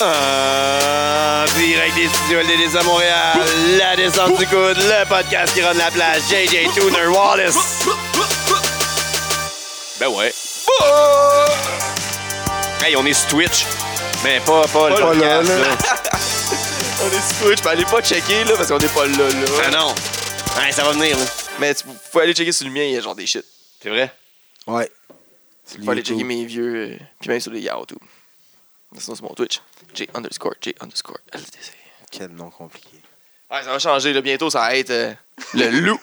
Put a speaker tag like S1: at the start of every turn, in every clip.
S1: En Euh, direct des studios LDDC à Montréal, la descente du coude, le podcast qui rend la plage, JJ Tuner Wallace. Ben ouais. Hey, on est sur Twitch, mais pas, pas, le
S2: Pas
S1: podcast.
S2: là, là.
S1: là.
S2: On est sur Twitch, mais allez pas checker là parce qu'on est pas là là.
S1: Ah non. Hey, ça va venir, là.
S2: Mais tu, vous pouvez aller checker sur le mien, il y a genre des shit.
S1: C'est vrai?
S3: Ouais.
S2: Vous pouvez aller checker mes vieux, euh, puis même sur les YouTube. Sinon c'est mon Twitch. J underscore J underscore LTC.
S3: Quel nom compliqué.
S2: Ouais, ça va changer là. Bientôt ça va être euh, le loup.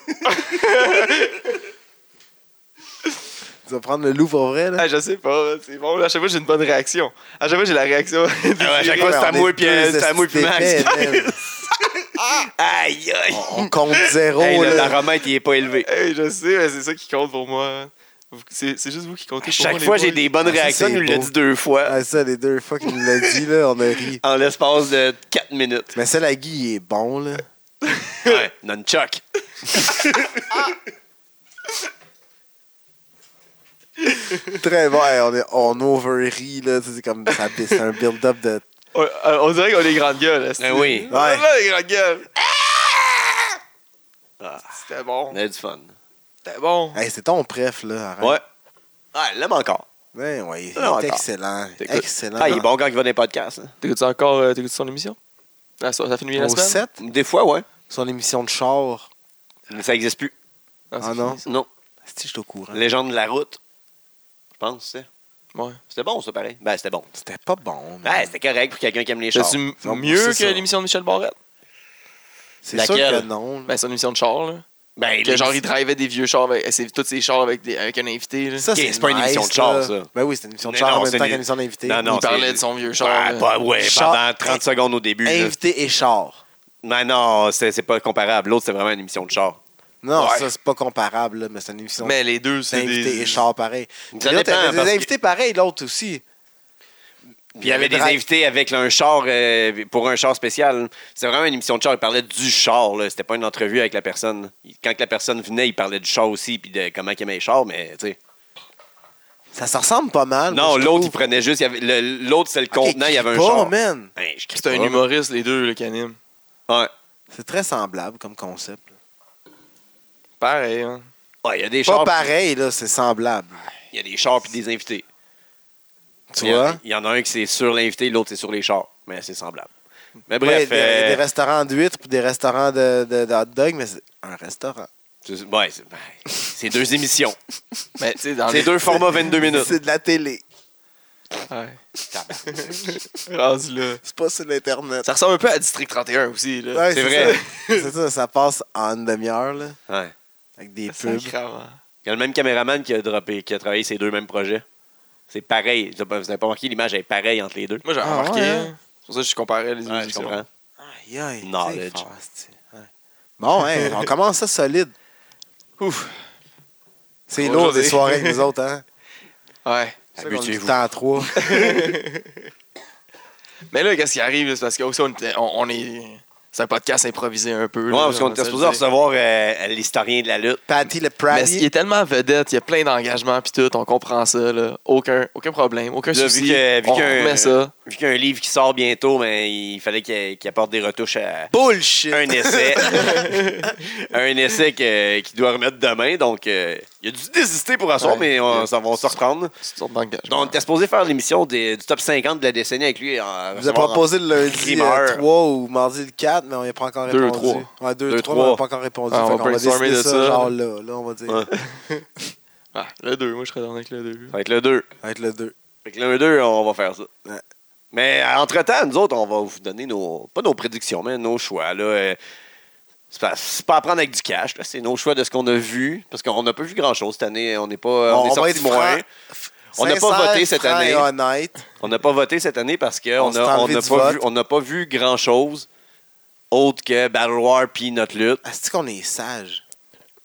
S3: Tu vas prendre le loup pour vrai, là?
S2: Ah, je sais pas, c'est bon. À chaque fois j'ai une bonne réaction. À chaque fois j'ai la réaction.
S1: Ah ouais, à chaque fois, c'est à moi et puis, euh, c'est à moi et puis Max. Aïe, aïe.
S3: On on compte zéro,
S1: Hey, le
S3: Oh, là.
S1: baromètre, il est pas élevé.
S2: Hey, je sais, mais c'est ça qui compte pour moi. Vous- C'est c'est juste vous qui comptez
S1: À
S2: pour moi.
S1: chaque
S2: les
S1: fois,
S2: boys.
S1: j'ai des bonnes
S3: Ah, ça,
S1: réactions.
S3: c'est
S1: Il nous l'a
S3: beau.
S1: dit deux fois
S3: Ah, ça, les deux fois qu'il nous l'a dit, là, on a ri.
S1: en l'espace de 4 minutes.
S3: Mais celle à Guy, il est bon, là.
S1: Ouais, nunchuck.
S3: Très bon. Hey, on, est, on over-rit, là. Tu sais, C'est comme ça, c'est un build-up de...
S2: On, euh, on dirait qu'on est grande gueule. là, c'est-
S1: Ben oui.
S2: On est là, les grandes gueules.
S1: Ah.
S2: C'était bon.
S1: On a eu du fun.
S2: C'était bon.
S3: Hey, c'est ton préf, là. Arrête.
S1: Ouais. Ah, il l'aime encore.
S3: Ouais, ouais, il est
S1: Non, attends.
S3: excellent.
S1: T'écoutes.
S3: Excellent.
S1: Ah, il est bon quand il va dans les podcasts. hein.
S2: T'écoutes encore euh, t'écoutes son émission? Ah, ça, ça finit bien la
S3: Au
S2: semaine?
S3: 7,
S1: Des fois, ouais.
S3: son émission de char.
S1: Mais ça n'existe plus.
S2: Ah,
S3: Ah,
S2: c'est
S3: non.
S2: fini,
S1: Non.
S3: Si, je suis au courant.
S1: Légende de la route. Je pense, c'est.
S2: ça. Ouais.
S1: C'était bon, ça, pareil. Ben, c'était bon.
S3: C'était pas bon.
S1: Ouais,
S3: mais-
S1: c'était correct pour quelqu'un qui aime les chars.
S2: C'est m-
S3: Non,
S2: mieux
S3: c'est
S2: que
S3: ça.
S2: l'émission de Michel Barrette?
S3: c'est sûr
S1: laquelle?
S3: que non. là.
S2: Ben, c'est une émission de char, là.
S1: Ben,
S2: Que genre, il drivait des vieux chars, avec, c'est tous ses chars avec, des, avec un invité, là.
S3: Ça,
S1: Ok, c'est pas une émission de char,
S3: là.
S1: ça.
S3: Ben oui, c'est une émission de
S1: Mais
S3: char
S1: non,
S3: en même
S1: c'est
S3: temps
S1: une-
S3: qu'une émission d'invité.
S1: Non, non,
S2: il parlait
S1: c'est-
S2: de son vieux char.
S1: Ah,
S3: euh,
S2: là.
S1: pas, ouais,
S3: Char-
S1: pendant 30 secondes au début. là.
S3: Invité et char.
S1: Non, non, c'est c'est pas comparable. L'autre, c'est vraiment une émission de char.
S3: Non,
S2: Ouais.
S3: ça, c'est pas comparable, là, mais c'est une émission
S2: Mais les deux, c'est
S3: d'invité
S2: des...
S3: et char pareil.
S1: Ça
S3: Puis l'autre,
S1: dépend,
S3: avait
S1: parce
S3: des
S1: que-
S3: invités pareils, l'autre aussi.
S1: Puis il y avait des
S3: Drive-
S1: invités avec un char euh, pour un char spécial. C'était vraiment une émission de char. Il parlait du char. là. C'était pas une entrevue avec la personne. Il- Quand que la personne venait, il parlait du char aussi puis de comment il aimait les chars. Mais tu sais.
S3: Ça se ressemble pas mal.
S1: Non,
S3: moi, je
S1: l'autre, il
S3: trouve.
S1: prenait juste. il y avait- le- L'autre, c'est le
S3: Ok,
S1: contenant. Il y avait un
S3: crie pas,
S1: char.
S3: man.
S1: Hey, je crie
S2: C'est un
S1: pas.
S2: humoriste, les deux, le canim.
S1: Ouais.
S3: C'est très semblable comme concept. là.
S2: Pareil, hein.
S1: Ouais, il y a des
S3: Pas
S1: chars.
S3: pareil, là, c'est semblable.
S1: Il y a des chars puis des invités. Il
S3: Tu
S1: y a-
S3: vois?
S1: Il y en a un qui c'est sur l'invité, l'autre c'est sur les chars. Mais c'est semblable. Mais
S3: Ouais,
S1: bref.
S3: des, des
S1: euh,
S3: restaurants d'huîtres puis des restaurants de, de, de hot dog, mais c'est un restaurant.
S1: c'est- ouais, c'est- ben, c'est deux émissions.
S2: Mais, tu sais, dans
S1: C'est
S2: les...
S1: deux formats 22 minutes.
S3: C'est de la télé.
S2: Ouais.
S1: Tabarnak.
S2: Rendu là.
S3: C'est pas sur l'Internet.
S2: Ça ressemble un peu à District 31 aussi, là.
S3: Ouais,
S1: c'est vrai.
S3: ça. C'est ça, ça passe en une demi-heure, là,
S1: Ouais.
S3: avec des
S2: C'est
S3: pubs.
S2: grave. hein.
S1: Il y a le même caméraman qui a droppé, qui a travaillé ces deux mêmes projets. C'est pareil. Vous avez pas remarqué, l'image est pareille entre les deux.
S2: Moi, j'ai
S3: Ah,
S2: remarqué.
S3: ouais,
S2: hein. C'est pour ça que je comparais les
S1: Ouais, je
S2: émissions.
S1: comprends.
S3: Aïe, aïe.
S1: Knowledge.
S3: t'sais, fort, c'est- ouais. Bon, hein, on commence ça solide.
S2: Ouf.
S3: C'est
S2: Grosse
S3: lourd des
S2: journée.
S3: soirées avec nous autres, hein?
S2: Ouais.
S1: Habituez-vous.
S3: Temps à trois.
S2: Mais là, qu'est-ce qui arrive? là, C'est parce que aussi, on, était- on- on est. C'est un podcast improvisé un peu.
S1: Ouais,
S2: là,
S1: parce qu'on
S2: va
S1: était
S2: se le
S1: supposé
S2: dire.
S1: recevoir euh, l'historien de la lutte.
S3: Patty le
S2: Mais il
S3: Pratty.
S2: est tellement vedette, il y a plein d'engagements puis tout, on comprend ça, là. Aucun, aucun problème, aucun
S1: Là,
S2: souci.
S1: vu que- euh, vu
S2: on
S1: que-
S2: remet ça.
S1: Vu qu'il y a un livre qui sort bientôt, mais il fallait qu'il qu'il apporte des retouches à
S3: Bullshit.
S1: un essai. un essai que- qu'il doit remettre demain. Donc, euh, il a dû désister pour asseoir,
S2: Ouais.
S1: mais on, s'en va se reprendre.
S2: C'est une sorte d'engagement.
S1: Donc, on était supposé faire l'émission des- du top 50 de la décennie avec lui. en-
S3: Vous avez proposé le lundi
S1: Primeur.
S3: euh, 3 ou mardi le 4, mais on n'y a pas encore
S2: Deux,
S3: répondu. Ouais, 2
S1: Deux,
S3: 3,
S1: trois.
S3: on n'a pas encore répondu.
S2: Ah, on
S3: Fait
S2: va
S3: qu'on va
S2: brainstormer de
S3: décider ça,
S2: ça.
S3: genre là, là, on va dire.
S1: Ouais.
S2: Ah, le 2, moi je serais dans avec le 2.
S1: Ça va être le 2.
S3: Avec le 2.
S1: Fait que l'un d'eux, on va faire ça.
S3: Ouais.
S1: Mais euh, entre-temps, nous autres, on va vous donner nos. Pas nos prédictions, mais nos choix. Là, euh, c'est pas, c'est pas à prendre avec du cash. là, C'est nos choix de ce qu'on a vu. Parce qu'on n'a pas vu grand-chose cette année. On n'est pas. On, est sorti moins.
S3: franc-
S1: On n'a pas
S3: sincère,
S1: voté cette
S3: franc et
S1: année.
S3: honnête.
S1: On n'a pas voté cette année parce
S3: On
S1: qu'on
S3: s'est
S1: n'a on
S3: enlevé
S1: n'a
S3: du
S1: pas,
S3: vote.
S1: vu- on n'a pas vu grand-chose autre que Battle War puis notre lutte.
S3: Est-ce qu'on est sage?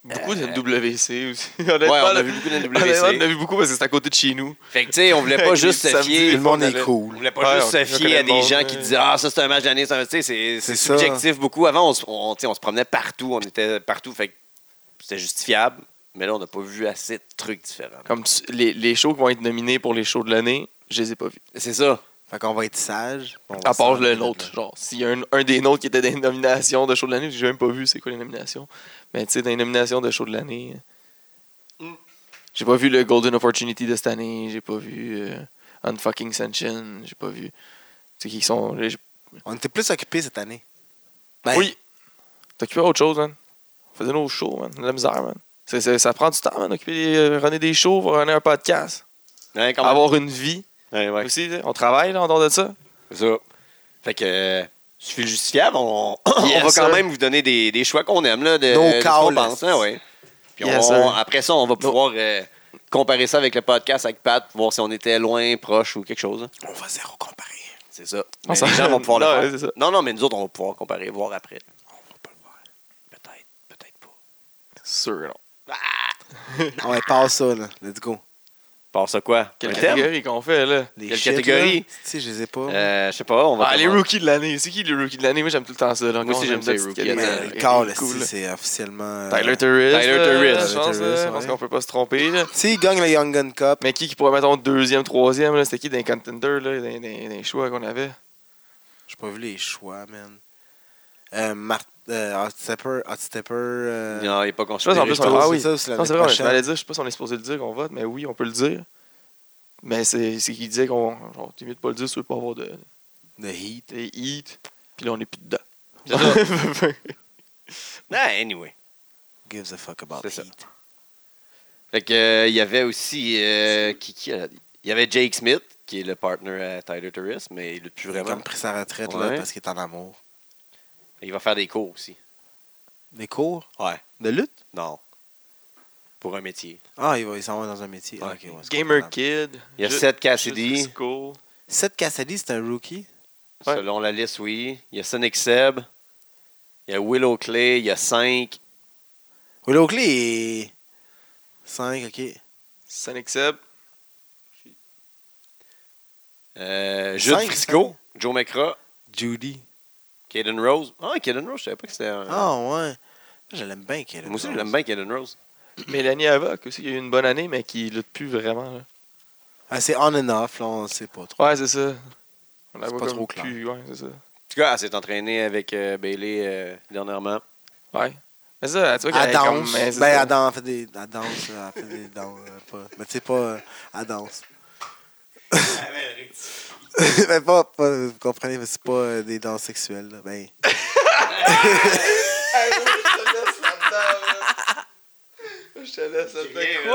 S2: Beaucoup de WC aussi.
S1: Euh,
S2: Honnêtement,
S1: Ouais, on a
S2: là,
S1: vu beaucoup de
S2: honnêtement, on en a
S1: WC.
S2: vu beaucoup parce que c'est à côté de chez nous.
S1: Fait que, tu sais, on voulait pas
S2: Avec
S1: juste
S2: les
S1: se
S2: samedis,
S1: fier.
S3: Tout le monde est
S2: on
S1: On
S3: cool.
S1: voulait pas
S2: Ouais,
S1: juste
S2: on-
S1: se
S2: on connaît
S1: fier à
S2: le
S1: des
S2: monde,
S1: gens
S2: ouais.
S1: qui disaient Ah, ça c'est un match d'année, ça, tu sais, c'est c'est
S3: C'est ça.
S1: subjectif beaucoup. Avant, on, se- on, tu sais, on se promenait partout, on était partout, fait que c'était justifiable. Mais là, on n'a pas vu assez de trucs différents.
S2: Comme tu- les, les shows qui vont être nominés pour les shows de l'année, je les ai pas vus.
S1: C'est ça.
S3: Fait qu'on va être sage. on va
S2: À part
S3: s'en
S2: le
S3: aller
S2: nôtre.
S3: de là.
S2: Genre, s'il y a un, un des nôtres qui était dans les nominations de show de l'année, j'ai même pas vu c'est quoi les nominations. Mais tu sais, dans les nominations de show de l'année, euh,
S1: Mm.
S2: j'ai pas vu le Golden Opportunity de cette année, j'ai pas vu euh, Unfucking Sunshine, j'ai pas vu. Tu sais, qui sont. j'ai-
S3: On était plus occupés cette année. Ben,
S2: Oui! T'occupais à autre chose, man. Faisais nos shows, man. La misère, man. C'est- c'est- ça prend du temps, man, d'occuper, euh, runner des shows, runner un podcast.
S1: Ouais, quand même.
S2: Avoir une vie
S1: Hein, Ouais, ouais.
S2: aussi, là. on travaille là, en dehors de ça.
S1: C'est ça. Fait que. euh, Suffit le justifiable, on,
S2: Yes,
S1: on va quand
S2: sir.
S1: même vous donner des, des choix qu'on aime, là, de,
S3: No
S1: de ce qu'on
S3: call.
S1: pense. hein, ouais. Puis
S2: Yes,
S1: on-
S2: sir.
S1: après ça, on va pouvoir euh, comparer ça avec le podcast avec Pat, voir si on était loin, proche ou quelque chose. hein.
S3: on va zéro comparer.
S1: C'est ça.
S2: On
S1: Mais
S2: s'en-
S1: les gens vont pouvoir le
S2: Non,
S1: faire.
S2: c'est ça.
S1: Non, non, mais nous autres, on va pouvoir comparer, voir après.
S3: On va pas le voir.
S1: Peut-être, peut-être pas.
S2: Sûr, non.
S3: Ah ouais, passe ça, là. Let's go.
S1: Pense à quoi?
S2: Quelle
S1: Un thème?
S2: catégorie qu'on fait, là.
S3: Les
S1: Quelle
S3: shit,
S1: catégorie?
S3: là, Tu sais, je les ai pas.
S1: Euh, je sais pas, on va.
S2: Ah, les
S1: commencer.
S2: rookies de l'année. C'est qui les rookies de l'année? Moi, j'aime tout le temps ça. là.
S1: Moi aussi,
S2: Encore,
S1: j'aime ça,
S2: la
S1: les
S2: petite
S1: rookies.
S2: catégorie.
S3: Mais le corps, là,
S2: Cool,
S3: si,
S2: là.
S3: c'est officiellement. euh,
S2: Tyler Terrell.
S1: Tyler Terrell.
S2: Je pense,
S3: Tyler Terrell,
S2: là, parce
S3: ouais.
S2: qu'on peut pas se tromper. Là.
S3: Tu sais, il gagne le Young Gun Cup.
S2: Mais qui, qui pourrait mettre en deuxième, troisième? là? C'était qui des contenders, là, des, des, des choix qu'on avait?
S3: J'ai pas vu les choix, man. Euh, Mart euh, Hot Stepper. Hot Stepper. euh,
S1: Non, il n'est pas
S2: Je sais pas si
S1: considéré.
S2: en plus,
S3: je
S2: on
S3: pense
S2: ah
S3: que
S2: oui.
S3: c'est ça, c'est
S2: Non,
S3: l'année
S2: c'est vrai, je
S3: prochaine.
S2: m'allais dire, je sais pas si on est supposé le dire qu'on vote, mais oui, on peut le dire. Mais c'est c'est qu'il disait qu'on. Genre, t'es mieux de pas le dire, tu veux pas avoir de,
S3: The Heat.
S2: de heat. Puis là, on est plus dedans.
S1: C'est Ah, anyway.
S3: Gives a fuck about
S1: C'est
S3: the
S1: ça.
S3: Heat.
S1: Fait que, euh, il y avait aussi. euh, qui, qui a- Il y avait Jake Smith, qui est le partner à Tyler Turris, mais il l'a plus
S3: Il a
S1: vraiment.
S3: comme pris sa retraite,
S1: Ouais.
S3: là, parce qu'il est en amour.
S1: Il va faire des cours aussi.
S3: Des cours
S1: Ouais.
S3: de lutte?
S1: Non. Pour un métier.
S3: Ah, il va- il s'en va dans un métier.
S1: Ouais.
S3: Ah, ok, ouais, c'est
S2: Gamer
S3: comprenable.
S2: Kid.
S1: Il y a
S2: Ju-
S1: Seth
S2: Jude
S1: Cassidy,
S2: Driscoll.
S3: Seth Cassidy, c'est un rookie.
S2: Ouais.
S1: selon la liste, oui. Il y a Sonic Seb. Il y a Willow Clay. Il y a 5.
S3: Willow Clay est 5, ok.
S2: Sonic Seb.
S1: euh, Jude
S3: Cinq,
S1: Frisco. Joe McCra.
S3: Judy.
S1: Kaden Rose. Ah, Kaden Rose, je savais pas que c'était un.
S3: Ah ouais. Je l'aime bien, Kellen.
S1: Moi aussi, j'aime bien Kaden Rose.
S2: Mélanie Havoc aussi, il y a eu une bonne année, mais qui lutte plus vraiment. là.
S3: Ah, c'est on and off, là, on sait pas trop.
S2: Ouais, c'est ça. On la
S3: C'est
S2: voit
S3: pas
S2: comme
S3: trop clair.
S2: plus, ouais, c'est ça.
S1: En tout cas, elle s'est entraînée avec euh, Bailey euh, dernièrement.
S2: Ouais. Mais ça, tu vois qu'elle
S3: Elle
S2: est comme-
S3: danse.
S2: mais c'est
S3: Ben,
S2: ça.
S3: elle danse, elle fait des, elle danse, elle fait des danses. euh, pas- Mais tu sais, pas. euh, Elle danse.
S1: Ah,
S3: mais pas, pas. Vous comprenez, mais c'est pas euh, des danses sexuelles, là. Ben.
S2: Je te laisse
S1: J'ai rien,
S2: là-dedans.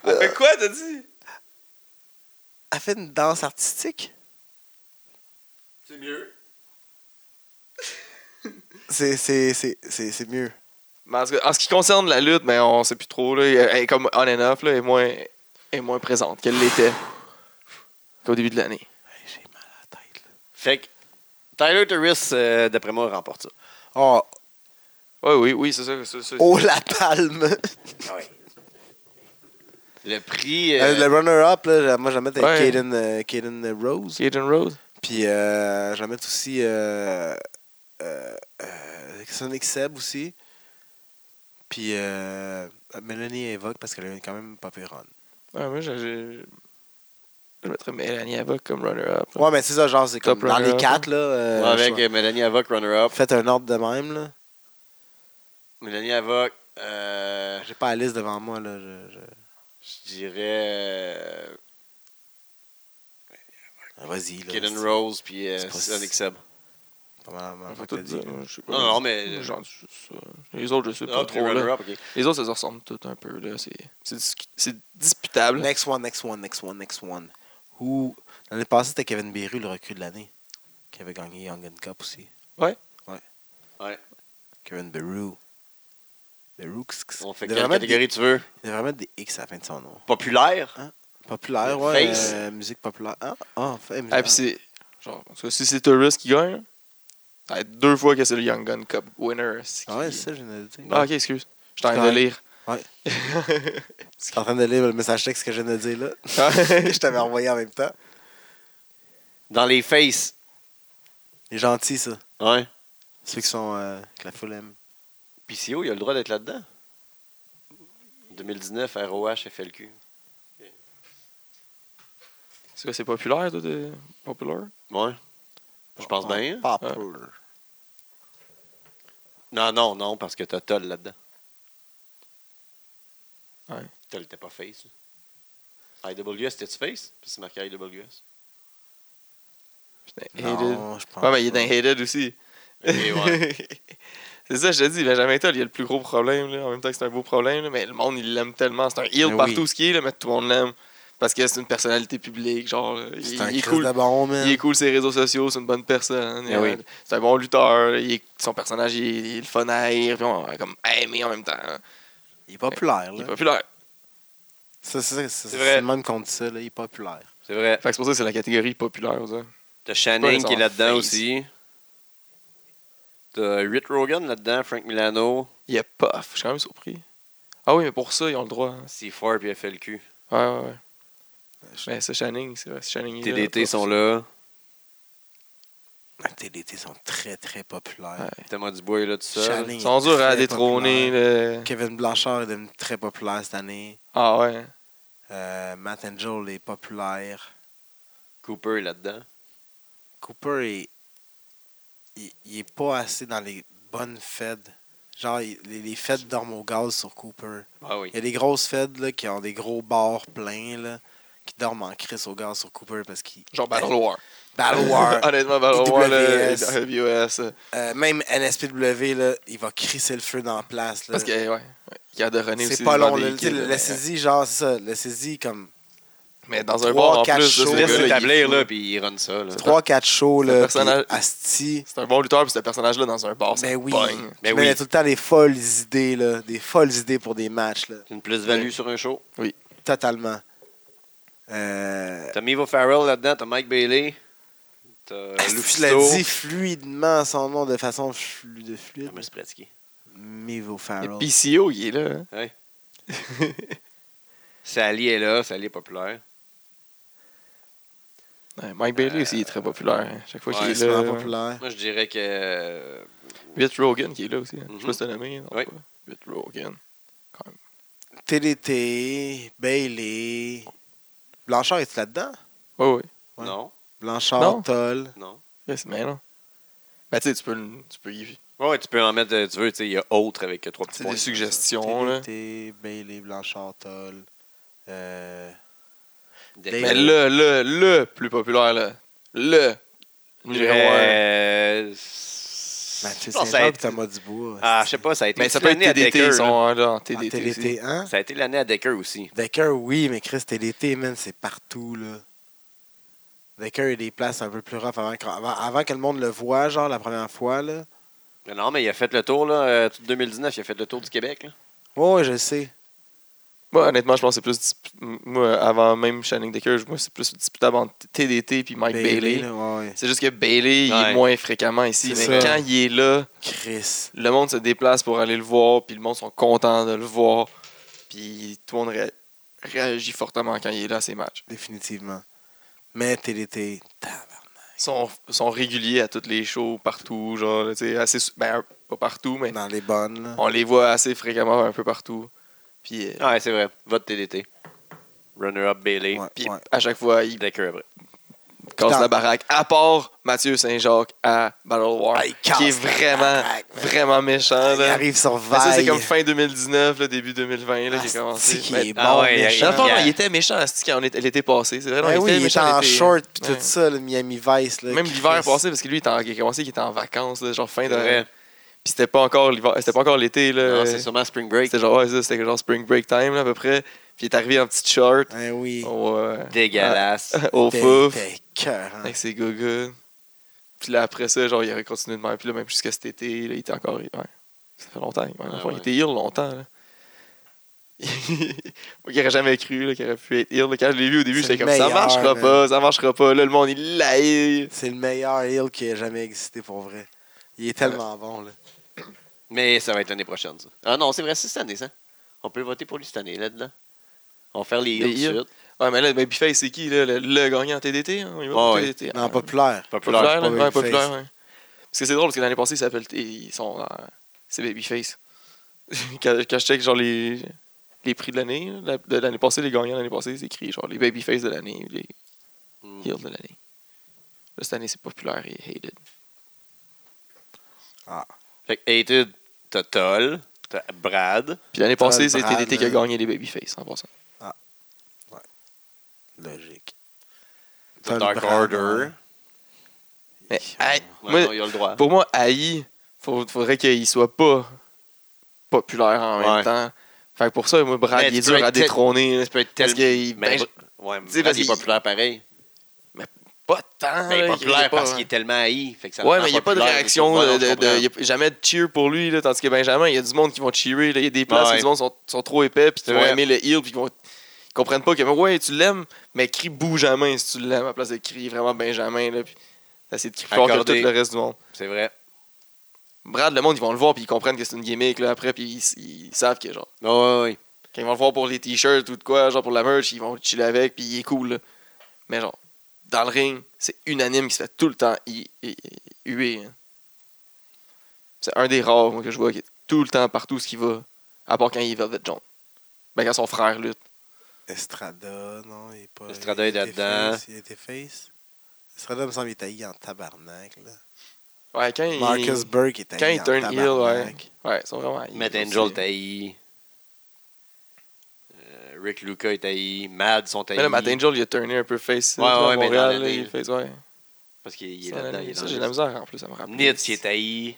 S2: Quoi? Elle fait quoi, t'as dit?
S3: Elle fait une danse artistique.
S1: C'est mieux.
S3: C'est, c'est, c'est, c'est, c'est mieux.
S2: Mais en, tout cas, en ce qui concerne la lutte, mais on sait plus trop. Là, elle est comme on and off, là, elle, est moins, elle est moins présente qu'elle l'était qu'au début de l'année.
S3: J'ai mal à la tête, là.
S1: Fait que Tyler Turris, euh, d'après moi, remporte ça.
S3: Oh,
S2: Ouais, oui, oui, c'est ça. c'est ça.
S3: oh la palme!
S2: Ah
S1: Le prix. euh,
S3: Euh, le runner-up, là, moi, je la mets avec
S2: Ouais.
S3: Caden, euh, Caden Rose.
S2: Cajun Rose.
S3: Puis euh, j'en mets aussi euh, euh, euh, Sonic Seb aussi. Puis euh, Mélanie évoque parce qu'elle a eu quand même pas pire run.
S2: Ouais, moi, je, je, je mettrais Mélanie Havoc comme runner-up. là.
S3: Ouais, mais c'est ça, genre, c'est comme
S2: Top
S3: dans les
S2: runner-up,
S3: quatre, là. euh,
S1: avec
S3: je-
S1: euh, Mélanie Havoc, runner-up.
S3: Faites un ordre de même, là.
S1: Mélanie Havoc, euh,
S3: J'ai pas la liste devant moi, là. Je, je-
S1: je dirais euh,
S3: Ah, Vas-y, là.
S1: Kaden
S3: c'est-
S1: Rose puis euh,
S3: c'est pas-
S1: Sonic Seb.
S3: pas mal,
S2: On
S3: mal,
S2: va
S3: mal
S2: tout
S3: que dit.
S2: dire, je sais pas.
S1: Non, non, mais-
S2: Moi, j'en- je- je- Les autres, je sais pas
S1: euh, Ah, t'es
S2: trop. Là.
S1: runner-up, ok.
S2: Les autres, ça se ressemble tout un peu. là. C'est c'est dis- c'est disputable.
S3: Next one, next one, next one, next one. Who... L'année passée, c'était Kevin Beru, le recrue de l'année, qui avait gagné Young and Cup aussi.
S2: Ouais.
S3: Ouais.
S1: Ouais.
S3: Kevin Beru. Beru,
S1: On fait quelle
S3: Il devrait mettre des-
S1: catégorie tu veux
S3: il devrait mettre des X à la fin de son nom.
S1: Populaire
S3: Populaire, ouais.
S1: Face.
S3: euh, musique populaire. Ah, ah, fait, musique-
S2: Ah, puis c'est. Genre, en tout cas, si c'est Taurus qui gagne, ça va être deux fois que c'est le Young Gun Cup winner. c'est
S3: Ah ouais,
S2: qui-
S3: c'est ça, que je viens de dire.
S2: Ah, ok, excuse. Je suis en
S3: C'est
S2: train de lire.
S3: Ouais. Je suis en train de lire le message texte que je viens de dire là.
S2: Ah.
S3: je t'avais envoyé en même temps.
S1: dans les faces.
S3: Les gentils, ça.
S1: Ouais.
S3: Ceux qui sont. euh, que la foule aime.
S1: PCO, il a le droit d'être là-dedans. 2019, ROH, FLQ.
S2: C'est quoi, c'est populaire, toi, de... Populaire?
S1: Ouais. Je pense bien. hein?
S3: Pop.
S2: Ouais.
S1: Non, non, non, parce que t'as Toll là-dedans.
S2: Ouais.
S1: Toll était pas face. là. IWS, c'était face? Puis c'est marqué IWS.
S2: Putain, Hated.
S3: Non, je pense.
S2: Ouais, mais il est
S3: pas.
S2: dans Hated aussi.
S1: Ok, ouais.
S2: c'est ça, je te dis, Benjamin Toll, il a le plus gros problème, là, en même temps que c'est un beau problème, là, mais le monde, il l'aime tellement. C'est un heel
S3: Mais
S2: partout
S3: oui.
S2: ce qui est, là, mais tout le monde l'aime. Parce que c'est une personnalité publique, genre, là, il,
S3: C'est un
S2: il est
S3: Chris
S2: cool.
S3: de baron, man.
S2: Il est cool ses réseaux sociaux, c'est une bonne personne.
S1: Eh
S2: Euh,
S1: oui.
S2: C'est un bon lutteur. il est- son personnage, il, est- il est le fun à rire, puis on est comme aimé en même temps. hein.
S3: Il est populaire,
S2: Il est
S3: là.
S2: populaire.
S3: Ça, C'est ça, c'est-
S2: C'est
S3: c'est
S2: vrai.
S3: le même qu'on dit ça, là. Il est populaire.
S1: C'est vrai.
S2: Fait que c'est pour ça que c'est la catégorie populaire. ça.
S1: T'as
S2: Ouais,
S1: Shannon
S2: ils
S1: qui est
S2: sont
S1: là-dedans
S2: face.
S1: aussi. T'as Rit Rogan là-dedans, Frank Milano,
S2: Il est puff. Je suis quand même surpris. Ah oui, mais pour ça, ils ont le droit. hein.
S1: C4 puis FLQ.
S2: Ouais, ouais, ouais. Mais c'est Shanning, c'est vrai. c'est Shanning est là,
S1: TDT
S2: Puff.
S1: sont là.
S3: La TDT sont très, très populaires.
S2: Ouais.
S1: Thomas Dubois est là tout seul.
S3: Shannon.
S2: Ils sont durs à
S3: Très
S2: détrôner. le-
S3: Kevin Blanchard est devenu très populaire cette année.
S2: Ah ouais.
S3: Euh, Matt Angel est populaire.
S1: Cooper est là-dedans.
S3: Cooper est. Il, il est pas assez dans les bonnes feds. Genre, il- les, les feds dorment au gaz sur Cooper.
S1: Ah oui.
S3: Il y a des grosses feds là, qui ont des gros bars pleins là, qui dorment en crise au gaz sur Cooper parce qu'ils.
S2: Genre Battle War.
S3: Ben,
S2: Ah,
S3: Battle War.
S2: Honnêtement, Battle War, là,
S3: IWS.
S2: WS. euh,
S3: Euh, même NSPW, là, il va crisser le feu dans la place. là.
S2: Parce que, ouais. ouais. Il y a de René aussi.
S3: c'est pas long.
S2: dans des
S3: là. Tu sais,
S2: kills,
S3: le-
S2: mais-
S3: Laissez-y, genre, c'est ça. Laissez-y comme
S2: Mais dans un
S3: Trois,
S2: bar en
S3: quatre
S2: plus, là, ce
S3: shows.
S1: Il laisse
S2: gars-là, il est
S1: s'établir
S2: fou.
S1: là, puis il run ça. Là.
S3: 3-4 shows.
S2: C'est un
S3: Là,
S2: personnage-
S3: puis Asti.
S2: C'est un bon lutteur, puis ce personnage-là, dans un bar, ça
S3: Ben oui.
S2: pogne.
S1: Ben
S3: Mais
S1: oui.
S3: il y a tout le temps des folles idées, là. Des folles idées pour des matchs, là.
S1: C'est une plus-value sur un show.
S3: Totalement. Euh,
S1: T'as Mivo Farrell là-dedans, t'as Mike Bailey. T'as Lou
S3: Asti, tu l'as
S1: Fisto.
S3: dit fluidement son nom de façon flu- de fluide.
S2: Ah,
S1: Je me suis pratiqué.
S3: Mivo
S2: Le
S3: Farrell.
S2: PCO, il est là. hein. Sally.
S1: Sally est là, Sally est populaire.
S2: Ouais, Mike Bailey aussi, il est très populaire. hein. Chaque fois
S1: Ouais,
S2: qu'il
S3: Il
S2: est
S3: est
S2: là.
S3: Euh, vraiment
S2: ouais.
S3: populaire.
S1: Moi, je dirais que. euh,
S2: Vitt Rogan qui est là aussi. hein. Je sais
S1: Mhm.
S2: pas
S3: Mm-hmm.
S2: si t'as nommé. non,
S1: Oui.
S2: pas. Vitt Rogan.
S3: TDT, Bailey. Blanchard est là-dedans?
S2: Oui, oui.
S3: Ouais.
S1: Non,
S3: Blanchard,
S2: Non.
S3: Toll.
S1: non.
S2: Yes, mais non. Ben, tu sais, tu peux, le- tu peux y.
S1: Ouais, tu peux en mettre, euh, tu veux, tu sais, il y a autre avec euh, trois petits
S2: C'est
S1: points.
S2: des suggestions, là.
S3: TDT, Bailey, Blanchard, Toll. Euh,
S1: Des-
S2: Mais le, le, le plus populaire, là. Le. Numéro un.
S1: Euh,
S3: Mathieu
S1: je pense que ça a
S3: Saint-Jean,
S1: été-
S3: Thomas Dubois.
S1: Ah, je sais pas, ça a été
S2: Mais ça peut être
S1: l'année à
S2: TDT,
S1: Decker,
S2: ils
S1: là.
S2: sont hein, là, en
S3: Ah,
S2: TDT. aussi.
S3: TDT, hein?
S1: Ça a été l'année à Decker aussi.
S3: Decker, oui, mais Chris, TDT, man, c'est partout, là. Decker, il y a des places un peu plus rough avant, qu'on- avant, avant que le monde le voit, genre, la première fois, là.
S1: Mais Non, mais il a fait le tour, là. euh, tout 2019, il a fait le tour du Québec, là.
S3: Ouais, ouais, je sais.
S2: Moi, honnêtement, je pense que c'est plus. dis- Moi, avant même Shannon Decker, moi, c'est plus disputable entre TDT et Mike Bailey.
S3: là, ouais, ouais.
S2: C'est juste que Bailey, il
S1: Ouais.
S2: est moins fréquemment ici.
S3: C'est
S2: Mais
S3: ça.
S2: quand il est là,
S3: Chris.
S2: le monde se déplace pour aller le voir, puis le monde sont contents de le voir. Puis tout le monde ré- réagit fortement quand il est là à ses matchs.
S3: Définitivement. Mais TDT, tabarnak.
S2: Ils sont, sont réguliers à toutes les shows, partout. Genre, là, tu sais, assez, sou- ben, pas partout, mais
S3: dans les bonnes, là.
S2: on les voit assez fréquemment un peu partout. Puis, euh,
S1: Ah, ouais, c'est vrai. Vote TDT. Runner-up Bailey.
S3: Ouais,
S2: puis
S3: ouais.
S2: à chaque fois, ils
S1: Decker après.
S2: cassent
S3: Putain.
S2: la baraque. À part Mathieu Saint-Jacques à Battle War,
S3: Ah, il
S2: qui est
S3: casse la
S2: vraiment,
S3: baraque, man.
S2: vraiment méchant.
S3: Il
S2: là.
S3: arrive sur
S2: Mais ça, c'est
S3: Vaille.
S2: comme fin 2019, là, début 2020 là, qui a
S3: Ah,
S2: commencé.
S3: c'est qui
S2: Mais-
S3: est bon,
S1: Ah ouais, il
S3: méchant.
S2: Dans le fond,
S1: Yeah.
S2: il était méchant c'est-tu, quand on était- l'été passé. C'est vrai, non,
S3: Ben
S2: il
S3: oui,
S2: était
S3: il est
S2: méchant
S3: en
S2: l'été.
S3: short puis
S2: Ouais.
S3: tout ça, le Miami Vice. Là,
S2: Même
S3: Chris.
S2: l'hiver passé, parce que lui, il était en- il a commencé, il était en vacances, là, genre fin
S1: C'est
S2: de. euh,
S1: vrai.
S2: Puis c'était pas encore l'hiver, c'était pas encore l'été. là.
S1: Non, c'est sûrement Spring Break.
S2: C'était genre, ouais, ça, c'était genre spring break time là, à peu près. Puis il est arrivé en petite short
S3: Eh oui.
S2: au, euh,
S1: Dégueulasse.
S2: au
S3: T'es-
S2: fouf
S3: t'es cœur, hein.
S2: avec ses gogoons. Puis là, après ça, genre, il avait continué de même. Puis là, même jusqu'à cet été, là, il était encore. ouais. Ça fait longtemps. ouais, dans le
S1: Ah
S2: fond,
S1: ouais.
S2: Il était ill longtemps. Là. Moi, qui aurait jamais cru là, qu'il aurait pu être ill. là. Quand je l'ai vu au début,
S3: C'est
S2: j'étais comme
S3: le
S2: ça
S3: meilleur,
S2: marchera
S3: man.
S2: pas, ça marchera pas. Là, le monde, il l'aille.
S3: C'est le meilleur heel qui a jamais existé pour vrai. Il est tellement bon, là.
S1: Mais ça va être l'année prochaine, ça. Ah non, c'est vrai, c'est cette année, ça. On peut voter pour lui cette année, là-dedans. On va faire les
S2: Les
S1: heels tout de
S2: heels.
S1: suite.
S2: Ouais, mais là, ben, Biffet, c'est qui là, le, le gagnant en TDT hein? On y va,
S1: Ouais, ouais.
S2: TDT.
S3: Non, populaire.
S1: Populaire.
S2: Populaire,
S3: pas
S2: là? Ouais,
S3: Babyface.
S2: populaire, ouais. Parce que c'est drôle, parce que l'année passée, ils s'appellent. Ils sont. dans- c'est Babyface. quand, quand je check, genre, les, les prix de l'année, là, de l'année passée, les gagnants de l'année passée, c'est écrit, genre, les Babyface de l'année, les
S1: Mm.
S2: heel de l'année. Là, cette année, c'est populaire et hated.
S1: Fait que Hated, t'as Toll, t'as Brad.
S2: Puis l'année
S3: Todd
S2: passée, c'est
S3: Brad,
S2: TDT qui a
S3: là.
S2: gagné les Babyface en passant.
S3: Logique.
S1: t'as
S3: Todd
S1: Dark
S3: Brad,
S1: Order.
S3: ouais.
S2: Mais
S3: Ils
S2: hey,
S1: Ouais,
S2: moi,
S1: non, il a le droit.
S2: pour moi, AI, faut, faudrait qu'il soit pas populaire en
S1: Ouais.
S2: même temps. Fait que pour ça, moi, Brad,
S1: Mais
S2: il est
S1: tu peux
S2: dur à
S1: être tel-
S2: détrôner. là.
S1: Ça peut être
S2: Parce
S1: tellement.
S2: qu'il
S1: Mais,
S2: ben,
S1: ouais, mais
S2: sais, parce
S1: il est
S2: qu'il-
S1: populaire pareil.
S2: pas tant.
S1: Ben, il
S2: là,
S1: est
S2: il est
S1: populaire
S2: pas- hein.
S1: parce qu'il est tellement haï. Fait que ça le
S2: ouais,
S1: rend
S2: mais il n'y a pas de
S1: populaire,
S2: réaction.
S1: mais c'est-
S2: de-
S1: ouais,
S2: de-
S1: non, je
S2: de- Il n'y a jamais de cheer pour lui. Là, tandis que Benjamin, il y a du monde qui vont cheerer. là. Il y a des places
S1: Ouais.
S2: où du monde sont, sont trop épais puis qui
S1: C'est
S2: vont
S1: vrai.
S2: aimer le heel puis qui vont... ils comprennent pas que ouais, tu l'aimes, mais crie Benjamin si tu l'aimes à place de crier vraiment Benjamin. Là, puis t'essaies de crier fort que tout
S1: Accordé.
S2: le reste du monde.
S1: comprends. C'est vrai.
S2: Brad, le monde, ils vont le voir puis ils comprennent que c'est une gimmick là, après puis ils, ils savent que genre.
S1: Ouais, ouais, ouais.
S2: Quand ils vont le voir pour les t-shirts ou de quoi, genre pour la merch, ils vont chiller avec, puis il est cool. là. Mais genre, dans le ring, c'est unanime qu'il se fait tout le temps hi- hi- huer. hein. C'est un des rares moi, que je vois qui est tout le temps partout où ce qu'il va, à part quand il est Velvet John. Ben quand son frère lutte.
S3: Estrada, non, il est pas.
S1: Estrada
S3: il
S1: est
S3: était
S1: là-dedans.
S3: face, Il était face. Estrada, me semble, il est haï en tabarnak. Là.
S2: Ouais, quand il.
S3: Marcus Burke est haï
S2: quand il
S3: en
S2: turn heel, ouais.
S3: tabarnak.
S2: Ouais, ils sont vraiment. hi-
S1: Matt
S2: aussi.
S1: Angel, t'as haï. Euh, Rick Luca est haï. Mad sont haïs.
S2: Mais là, Matt Angel, il a turné un peu face.
S1: Ouais,
S2: là,
S1: ouais, mais
S2: à
S1: dans
S2: Montréal,
S1: l'année,
S2: là, il fait- ouais.
S1: Parce qu'il il est
S2: Ça,
S1: là-dedans. il est
S2: ça,
S1: dans
S2: j'ai
S1: le-
S2: de la misère en plus, ça me rappelle.
S1: Nitz qui est haï.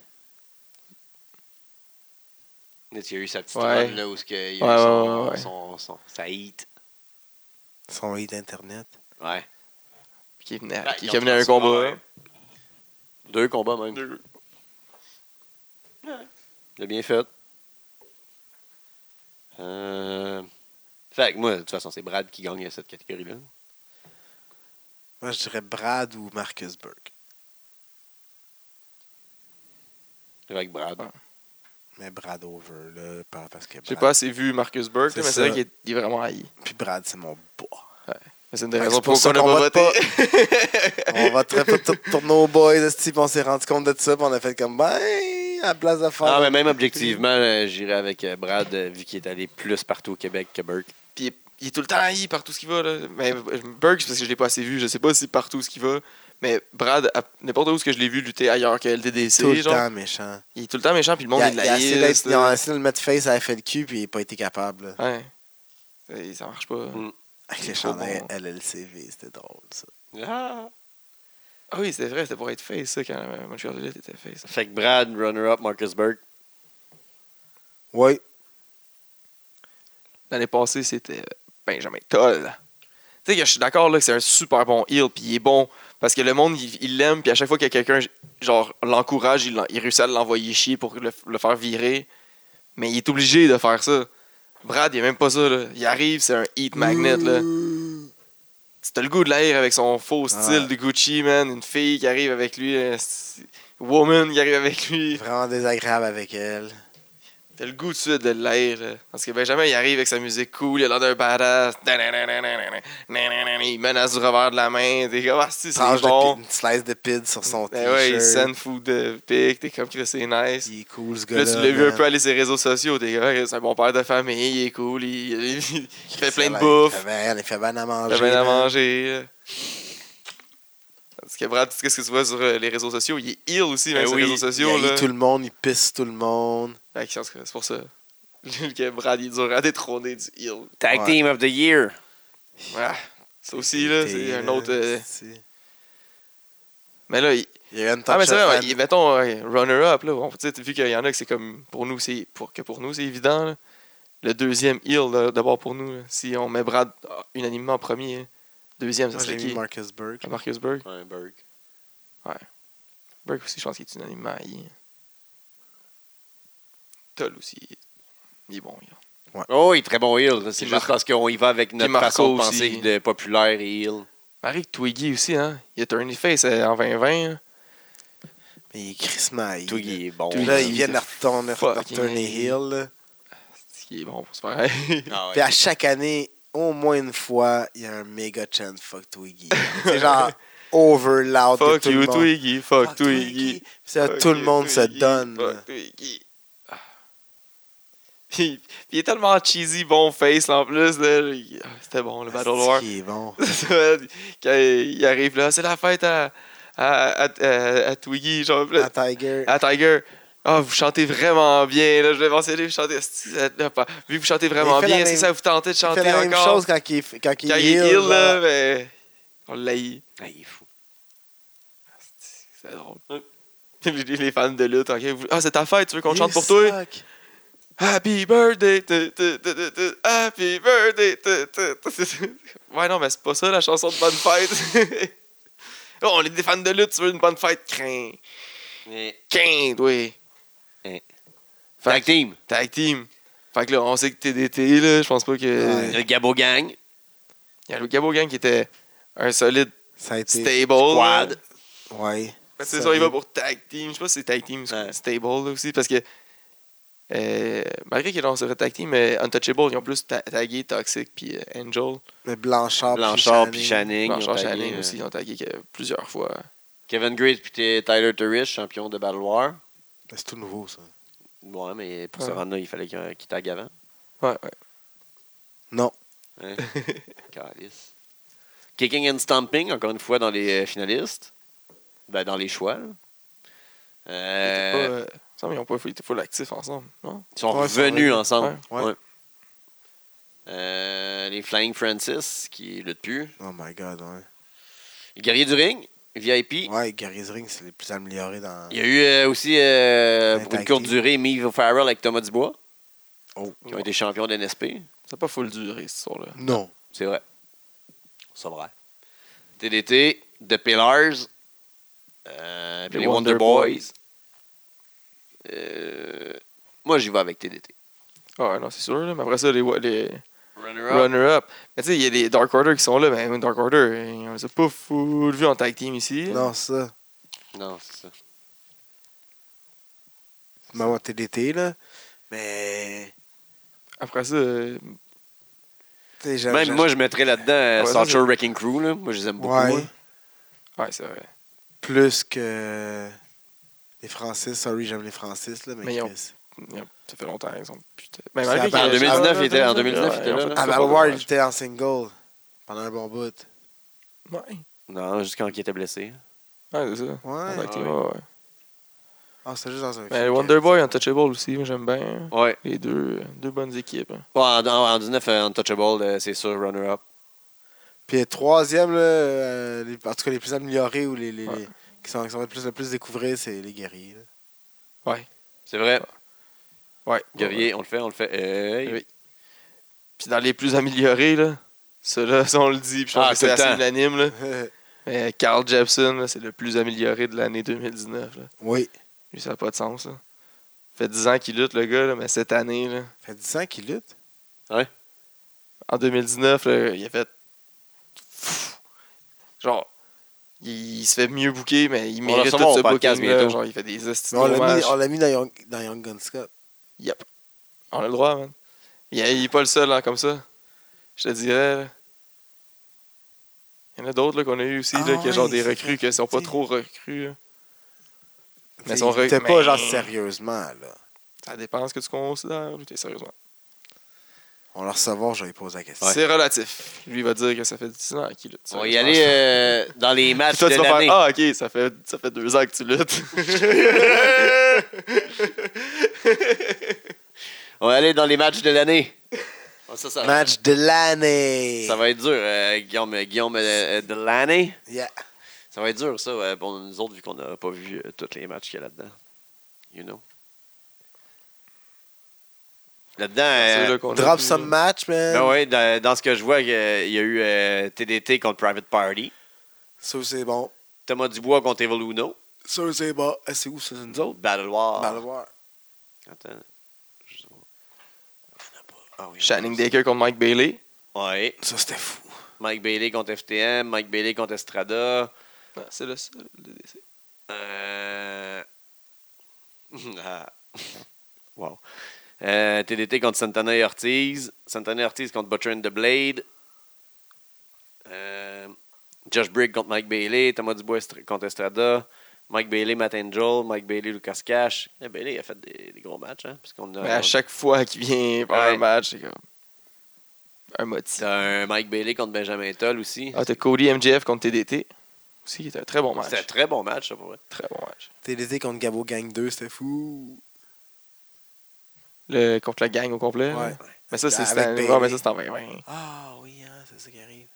S1: Nitz, il a eu sa petite
S2: Ouais.
S1: run là où ce que il a
S2: Ouais,
S1: eu son,
S2: ouais, ouais, ouais.
S1: son, son- sa hit.
S3: Son hit internet.
S1: Ouais.
S2: Qui est venu à,
S1: Ben,
S2: qui
S1: ils
S2: est
S1: ont
S2: venu à un
S1: transformé,
S2: combat. hein.
S1: ouais. Deux combats même.
S2: Deux.
S1: Il a bien fait. Euh... Fait que moi, de toute façon, c'est Brad qui gagne cette catégorie-là.
S3: Moi, je dirais Brad ou Marcus Burke.
S1: Avec Brad.
S2: Ouais.
S3: Mais Brad over, là, par- parce que.
S2: J'ai
S3: Brad-
S2: pas assez vu Marcus Burke,
S3: C'est
S2: mais c'est
S3: ça.
S2: vrai qu'il est, il est vraiment haï.
S3: Puis Brad, c'est mon bois.
S2: Mais C'est une des
S3: Fait que
S2: raisons
S3: Ah, c'est pour
S2: pour
S3: ça
S2: qu'on a
S3: qu'on
S2: pas
S3: vote
S2: voté.
S3: On va très peu tourner aux boys, esti, puis on s'est rendu compte de ça, puis on a fait comme, ben, à la place de faire.
S1: Ah, mais même objectivement, euh, j'irais avec euh, Brad, euh, vu qu'il est allé plus partout au Québec que Burke.
S2: Puis il est, il est tout le temps haï partout ce qu'il va. Là. Mais Burke, c'est parce que je l'ai pas assez vu, je sais pas si partout ce qu'il va. Mais Brad, à n'importe où ce que je l'ai vu lutter ailleurs que LDDC,
S3: tout le
S2: genre,
S3: temps méchant.
S2: il est tout le temps méchant, puis le
S3: Il
S2: monde
S3: a,
S2: est de
S3: il a
S2: la
S3: essayé d'être-
S2: liste.
S3: ils ont essayé de le mettre face à FLQ, puis il n'a pas été capable. là.
S2: Ouais. Et Ça marche pas.
S1: Mm.
S2: Ah,
S3: Avec
S2: C'est
S3: les
S2: trop
S3: chandails
S2: bon.
S3: LLCV, c'était drôle, ça.
S2: Ah oui, c'était vrai, c'était pour être face, ça, quand euh, Montreal Elite était face.
S1: Fait que Brad, runner-up, Marcus Burke.
S3: Oui.
S2: L'année passée, c'était euh, Benjamin Toll. Tu sais que je suis d'accord là, que c'est un super bon heel, puis il est bon parce que le monde, il il l'aime, puis à chaque fois que quelqu'un genre l'encourage, il, l'en- il réussit à l'envoyer chier pour le, le faire virer. Mais il est obligé de faire ça. Brad, il est même pas ça. Là. Il arrive, c'est un heat magnet. Là.
S3: Mm.
S2: T'as le goût de l'air avec son faux style
S3: Ah Ouais.
S2: de Gucci, man. Une fille qui arrive avec lui. euh, c'est- woman qui arrive avec lui.
S3: Vraiment désagréable avec elle.
S2: T'as le goût tout de suite de l'air, là. Parce que Benjamin, il arrive avec sa musique cool, il a l'air d'un badass. Il menace du revers de la main. T'es comme, ah, si, c'est
S3: Tranche de
S2: bon.
S3: pi- une slice de pid sur son
S2: Eh ouais, il
S3: t-shirt.
S2: send food de pic. T'es comme, Chris, c'est nice.
S3: Il est cool, ce
S2: Là,
S3: gars-là.
S2: tu l'as vu un
S3: man.
S2: peu aller sur ses réseaux sociaux. T'es comme, Ah, c'est un bon père de famille, il est cool, il, il fait plein de
S3: Il fait
S2: bouffe,
S3: bien, Il fait bien à
S2: il
S3: manger.
S2: fait plein à
S3: man.
S2: manger. Parce que Brad, qu'est-ce que tu vois sur euh, les réseaux sociaux? Il est ill aussi, même
S1: Eh
S2: sur
S1: oui,
S2: les réseaux sociaux.
S3: Ben Il haït
S2: là.
S3: tout le monde, il pisse tout le monde.
S2: Fait que C'est pour ça que Brad, il est dur à détrôner du heel.
S1: Tag
S3: Ouais.
S1: Team of the Year.
S2: Ah, ça aussi, là, c'est
S3: T'es,
S2: un autre. euh,
S3: c'est-
S2: Mais là, il...
S3: Il y a une
S2: ah, mais
S3: touch
S2: c'est
S3: à
S2: vrai,
S3: fan.
S2: il- mettons, euh, runner-up, là. on- tu sais, vu qu'il y en a que c'est comme. Pour nous, c'est. Pour... Que pour nous, c'est évident, là. Le deuxième heel, là, d'abord pour nous. là. Si on met Brad ah, unanimement en premier, hein. deuxième, ça
S3: Moi,
S2: serait
S3: j'ai
S2: qui
S3: mis Marcus Burke.
S2: Ah, Marcus Burke.
S1: Ouais, Burke.
S2: Burke aussi, je pense qu'il est unanimement haï. hein. Toll aussi. Il est bon, il est bon.
S1: Oh, il est très bon heel. C'est
S2: Puis
S1: juste
S2: Mar-
S1: parce qu'on y va avec notre
S2: Marco
S1: façon de
S2: aussi.
S1: penser de populaire et heel.
S2: Marie Twiggy aussi, hein. Il a turné face euh, en 2020. hein.
S3: Mais il est crissement haï,
S1: Twiggy est bon.
S3: Puis là,
S2: Twiggy,
S3: il vient de
S2: c'est
S3: retourner
S2: fucking haï.
S3: Hill. là.
S2: Il est bon pour se faire haïr.
S1: Ah ouais.
S3: Puis à chaque année, au moins une fois, il y a un méga chant fuck Twiggy. C'est genre over loud. de
S2: Fuck
S3: tout le
S2: you,
S3: monde.
S2: Twiggy.
S3: Ah,
S2: Fuck Twiggy.
S3: Puis là, tout le monde se donne. là.
S2: Puis, puis Ah. il est tellement cheesy, bon face là, en plus. là. Il- ah, C'était bon, le Battle War.
S3: Qui est bon.
S2: Quand il arrive là, c'est la fête à, à, à, à- à Twiggy, genre, là,
S3: À Ah, Tiger.
S2: à Tiger. Ah, vous chantez vraiment bien. Là, je vais mentionner, vous chantez. esti, euh, là, pas- Vu que vous chantez vraiment
S3: Il fait la
S2: bien, est-ce que
S3: même-
S2: ça vous tentez de
S3: Il
S2: chanter
S3: fait la
S2: encore?
S3: même chose quand il, quand il
S2: Quand il
S3: est
S2: est
S3: heel,
S2: ill, là,
S3: genre.
S2: ben, on l'haït.
S1: Ah, il est fou.
S2: C'est drôle. Les les fans de lutte, ok. vous- Ah, c'est ta fête, tu veux qu'on
S3: Il
S2: chante pour toi?
S3: suck.
S2: Happy birthday, tu, tu, tu, tu, tu, happy birthday. tu, tu, tu. Ouais, non, mais c'est pas ça la chanson de bonne fête. Oh, on est des fans de lutte, tu veux une bonne fête? Crain.
S1: Mais...
S2: Crain, oui.
S1: Tag team.
S2: Tag team. Fait que là, on sait que t'es DT, là. Je pense pas que.
S3: Ouais.
S1: Le Gabo Gang.
S2: Il y a le Gabo Gang qui était un solide
S3: Ça a été.
S2: stable. là.
S1: Quad.
S3: Ouais.
S2: Parce que C'est ça, il va pour tag team. Je sais pas si c'est tag team c'est
S1: Ouais.
S2: stable là, aussi. Parce que euh, malgré qu'ils lancent sur le tag team, mais Untouchable, ils ont plus ta- tagué Toxic puis euh, Angel.
S3: Mais Blanchard, puis
S1: Blanchard puis
S3: Shannon.
S1: Channing. ils ont
S2: Blanchard
S1: tagué,
S2: Channing
S1: euh,
S2: aussi, ils ont tagué que- plusieurs fois.
S1: Kevin Grace puis t'es Tyler Turris, champion de Battle War.
S3: Mais C'est tout nouveau, ça.
S1: Ouais, mais pour se
S2: Ouais.
S1: rendre là, il fallait qu'il qu'il tague avant.
S2: Ouais, ouais.
S3: Non.
S1: Hein? Calice. Kicking and Stomping, encore une fois, dans les euh, finalistes. Ben, dans les choix. là. Euh,
S2: Ils étaient pas, euh, il me semble qu'ils ont pas full, ils étaient full actifs ensemble. Non?
S1: Ils sont
S3: Ouais, ils sont
S1: revenus
S3: revenus.
S1: ensemble.
S3: Ouais.
S1: Ouais. Euh, les Flying Francis, qui luttent plus.
S3: Oh my god, ouais.
S1: Les Guerriers du Ring, VIP.
S3: Ouais, Gary's Ring, c'est les plus améliorés dans.
S1: Il y a eu euh, aussi, euh,
S3: Ben,
S1: pour une
S3: tag
S1: courte
S3: team.
S1: durée, Mive Farrell avec Thomas Dubois,
S3: Oh.
S1: qui ont été champions de NSP.
S2: Ça a pas full duré, ce soir-là.
S3: Non.
S1: C'est vrai. C'est vrai. TDT, The Pillars, euh, puis
S2: Les
S1: les Wonder,
S2: Wonder
S1: Boys.
S2: Boys.
S1: Euh, moi, j'y vais avec TDT.
S2: Ah, ouais, non, c'est sûr, là. Mais après ça, les, les
S1: Runner-up.
S2: runner-up. Mais tu sais, il y a les Dark Order qui sont là. Mais les Dark Order, ils- on les a pas full vu en tag team ici.
S3: Non, ça.
S1: Non, c'est ça.
S3: Maman TDT, là. Mais.
S2: Après ça, euh,
S3: T'sais, j'aime-
S1: Même
S3: j'aime-
S1: moi, je mettrais là-dedans euh,
S2: Ouais, ça,
S1: Sarcher Wrecking Crew. Là. Moi, je les aime beaucoup.
S3: Ouais.
S1: moi.
S2: ouais, c'est vrai.
S3: Plus que. Les Francis. Sorry, j'aime les Francis, là. Mais,
S2: Mais ils ont-
S3: Chris.
S2: Ça fait longtemps, ils ont putain. Mais
S3: C'est
S2: malgré
S3: à-
S2: qu'il y
S3: en
S2: a-
S3: 2019,
S2: ouais,
S3: il était- en
S1: 2019, il était là,
S2: ouais,
S1: là.
S2: ils ont
S3: À
S2: fait
S3: Battle War,
S2: de
S3: Ah, il était en single pendant un bon bout.
S2: dommage. Ouais,
S1: Non, jusqu'à quand il était blessé.
S2: Ouais, c'est ça. En
S3: Ouais.
S2: tag team, ouais, ouais.
S3: Ah, c'était juste dans un
S2: Mais
S3: film.
S2: Wonderboy, Untouchable aussi, moi j'aime bien.
S1: Ouais.
S2: Les deux, deux bonnes équipes. hein.
S1: Ouais, en, en- en 19, euh, Untouchable, euh, c'est sûr, runner-up.
S3: Puis le troisième, là, euh, les- en tout cas les plus améliorés ou les, les,
S2: Ouais.
S3: les- qui sont, qui sont le, plus, le plus découverts, c'est les guerriers. là.
S1: C'est vrai.
S2: Ouais.
S1: Guerrier, on le fait, on le fait. Hey.
S2: Oui. Puis dans les plus améliorés, là, ceux-là, ça, on le dit, puis je pense
S1: Ah,
S2: que
S1: tout
S2: c'est
S1: le
S2: assez
S1: temps.
S2: unanime. Là. Mais Carl Jepson, là, c'est le plus amélioré de l'année 2019. Là.
S3: oui.
S2: Lui, ça n'a pas de sens. Là. fait 10 ans qu'il lutte, le gars, là, mais cette année, là,
S3: Ça fait 10 ans qu'ils luttent.
S2: en 2019, là, il a fait. Genre. Il, il se fait mieux booker, mais il
S1: On
S2: mérite
S1: va
S2: tout
S1: recevoir
S2: ce
S1: au podcast
S2: booking là.
S1: bientôt.
S2: Genre, il fait des estis
S3: Mais on l'a mis,
S2: hommages.
S3: on l'a mis dans, Young, dans Young Guns Cup.
S2: Yep. On a le droit, man. Il y a- il est pas le seul, hein, comme ça. Je te dirais. là. Il y en a d'autres là, qu'on a eu aussi,
S3: Ah
S2: là, qui a genre
S3: ouais,
S2: des
S3: c'est
S2: recrues
S3: vrai,
S2: qui sont pas
S3: c'est-
S2: trop recrues. là. Mais
S3: T'sais,
S2: son
S3: ils
S2: rec-
S3: luttaient pas
S2: mais-
S3: genre sérieusement. Là.
S2: Ça dépend ce que tu considères, ou t'es sérieusement.
S3: On leur savoir, j'avais posé la question.
S2: C'est relatif. Lui il va dire que ça fait 10 ans qu'il lutte.
S1: On va y
S2: sérieusement.
S1: aller euh, dans les
S2: Puis
S1: matchs
S2: toi,
S1: de
S2: tu vas
S1: l'année.
S2: faire Ah, ok, ça fait, ça fait deux ans que tu luttes.
S1: On va aller dans les matchs de l'année. Ah, ça, ça,
S3: Match de l'année.
S1: ça va être dur, euh, Guillaume, Guillaume euh, euh, de l'année.
S3: Yeah.
S1: Ça va être dur, ça, ouais, pour nous autres, vu qu'on n'a pas vu euh, tous les matchs qu'il y a là-dedans. You know. Là-dedans, euh,
S2: Ceux-là qu'on a
S3: Drop
S2: vus,
S3: some
S2: là.
S3: match, man.
S1: ben ouais, dans, dans ce que je vois, euh, il y a eu euh, TDT contre Private Party,
S3: Ça, c'est bon.
S1: Thomas Dubois contre Evil Uno,
S3: Ça, c'est bon. Ah, c'est où, ça, c'est nous autres?
S1: Battle War.
S3: Battle War.
S1: Attends. Je sais pas. Il y en a pas. Ah oui.
S2: Channing Daker contre Mike Bailey.
S1: Ouais.
S3: Ça, c'était fou.
S1: Mike Bailey contre FTM, Mike Bailey contre Estrada.
S2: Ah, c'est le seul. le décès.
S1: Euh... Ah. wow. Euh, TDT contre Santana et Ortiz. Santana et Ortiz contre Butcher and the Blade. Euh, Josh Briggs contre Mike Bailey. Thomas Dubois est- contre Estrada. Mike Bailey, Matt Angel, Mike Bailey, Lucas Cash. Eh, Bailey a fait des, des gros matchs. Hein, parce qu'on a,
S2: Mais à chaque fois qu'il vient faire
S1: Ouais.
S2: un match, c'est comme un motif.
S1: T'as un Mike Bailey contre Benjamin Toll aussi.
S2: Ah, t'as Cody MJF contre TDT. Aussi, c'était un très bon match.
S1: C'était un très bon match, ça, pour vrai.
S2: Très bon match.
S3: TDT contre Gabo Gang 2, c'était fou.
S2: Le, contre la gang au complet.
S3: Ouais.
S2: Mais ça, c'est c'était
S3: Avec
S2: un-
S3: Bailey.
S2: ouais, mais ça, c'était en 2020.
S3: Ah oui, hein, c'est ça qui arrive.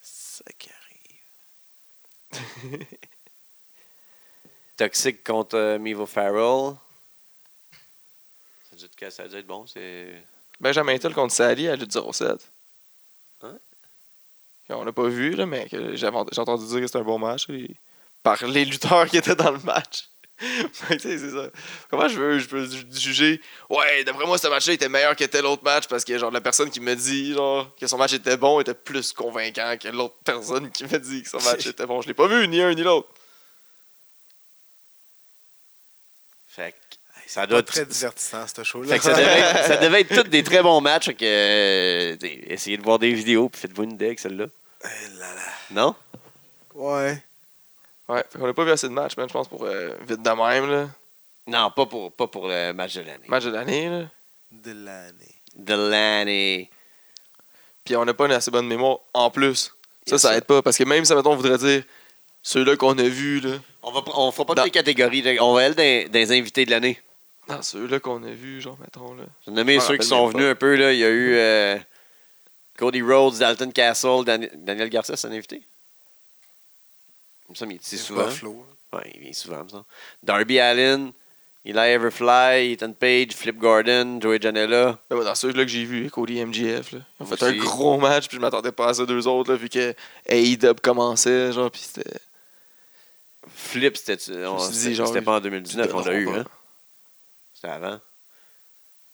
S3: C'est ça qui arrive.
S1: Toxic contre euh, Mivo Farrell. Ça a dû être- Ça a dû être bon. C'est.
S2: Benjamin Tull contre Sally à Lutte 07.
S1: Ouais.
S2: On l'a pas vu, là, mais que j'ai avant- j'ai entendu dire que c'était un bon match. et- Par les lutteurs qui étaient dans le match. Fait que, tu sais, c'est ça. Comment je veux, je peux ju- juger Ouais, d'après moi, ce match-là était meilleur que tel autre match parce que genre la personne qui me dit genre que son match était bon était plus convaincant que l'autre personne qui me dit que son match était bon. Je l'ai pas vu, ni un ni l'autre.
S1: Fait que
S3: C'est
S1: ça doit
S3: pas très
S1: être.
S3: divertissant, ce show-là.
S1: Fait que ça devait, être, ça devait être tous des très bons matchs. fait Que, euh, t'sais, essayez de voir des vidéos puis faites-vous une idée avec celle-là.
S3: Eh là là.
S1: Non?
S3: Ouais.
S2: Ouais, on n'a pas vu assez de matchs, man, je pense, pour euh, vite de même, là.
S1: Non, pas pour, pas pour le match de l'année.
S2: Match de l'année, là.
S3: De l'année.
S1: De l'année.
S2: puis on n'a pas une assez bonne mémoire en plus. Ça,
S1: Yes,
S2: ça
S1: sir.
S2: aide pas. Parce que même si, mettons, on voudrait dire ceux-là qu'on a vus, là.
S1: On va pr- on fera pas
S2: Non.
S1: toutes les catégories. là. On va aller dans, dans les invités de l'année.
S2: Non, ceux-là qu'on a vus, genre, mettons, là.
S1: Je vais nommer
S2: Ah,
S1: ceux
S2: ben,
S1: qui sont
S2: bien
S1: venus
S2: pas.
S1: un peu. Là. Il y a eu euh, Cody Rhodes, Dalton Castle, Dan- Daniel Garcia, c'est un invité. Il me semble qu'il est ici souvent.
S3: Buffalo.
S1: Ouais, il vient souvent, il me semble. Darby Allen, Eli Everfly, Ethan Page, Flip Gordon, Joey Janela.
S2: Ben, moi, dans ceux-là que j'ai vus, Cody MGF, là. Ils ont fait
S1: Aussi.
S2: un gros match, puis je m'attendais pas à ça deux autres, là, vu que AEW commençait, genre, puis c'était.
S1: Flip, c'était on-
S2: suis dit,
S1: c'était-
S2: genre,
S1: c'était pas en 2019 qu'on l'a eu.
S2: pas.
S1: Hein? C'était avant.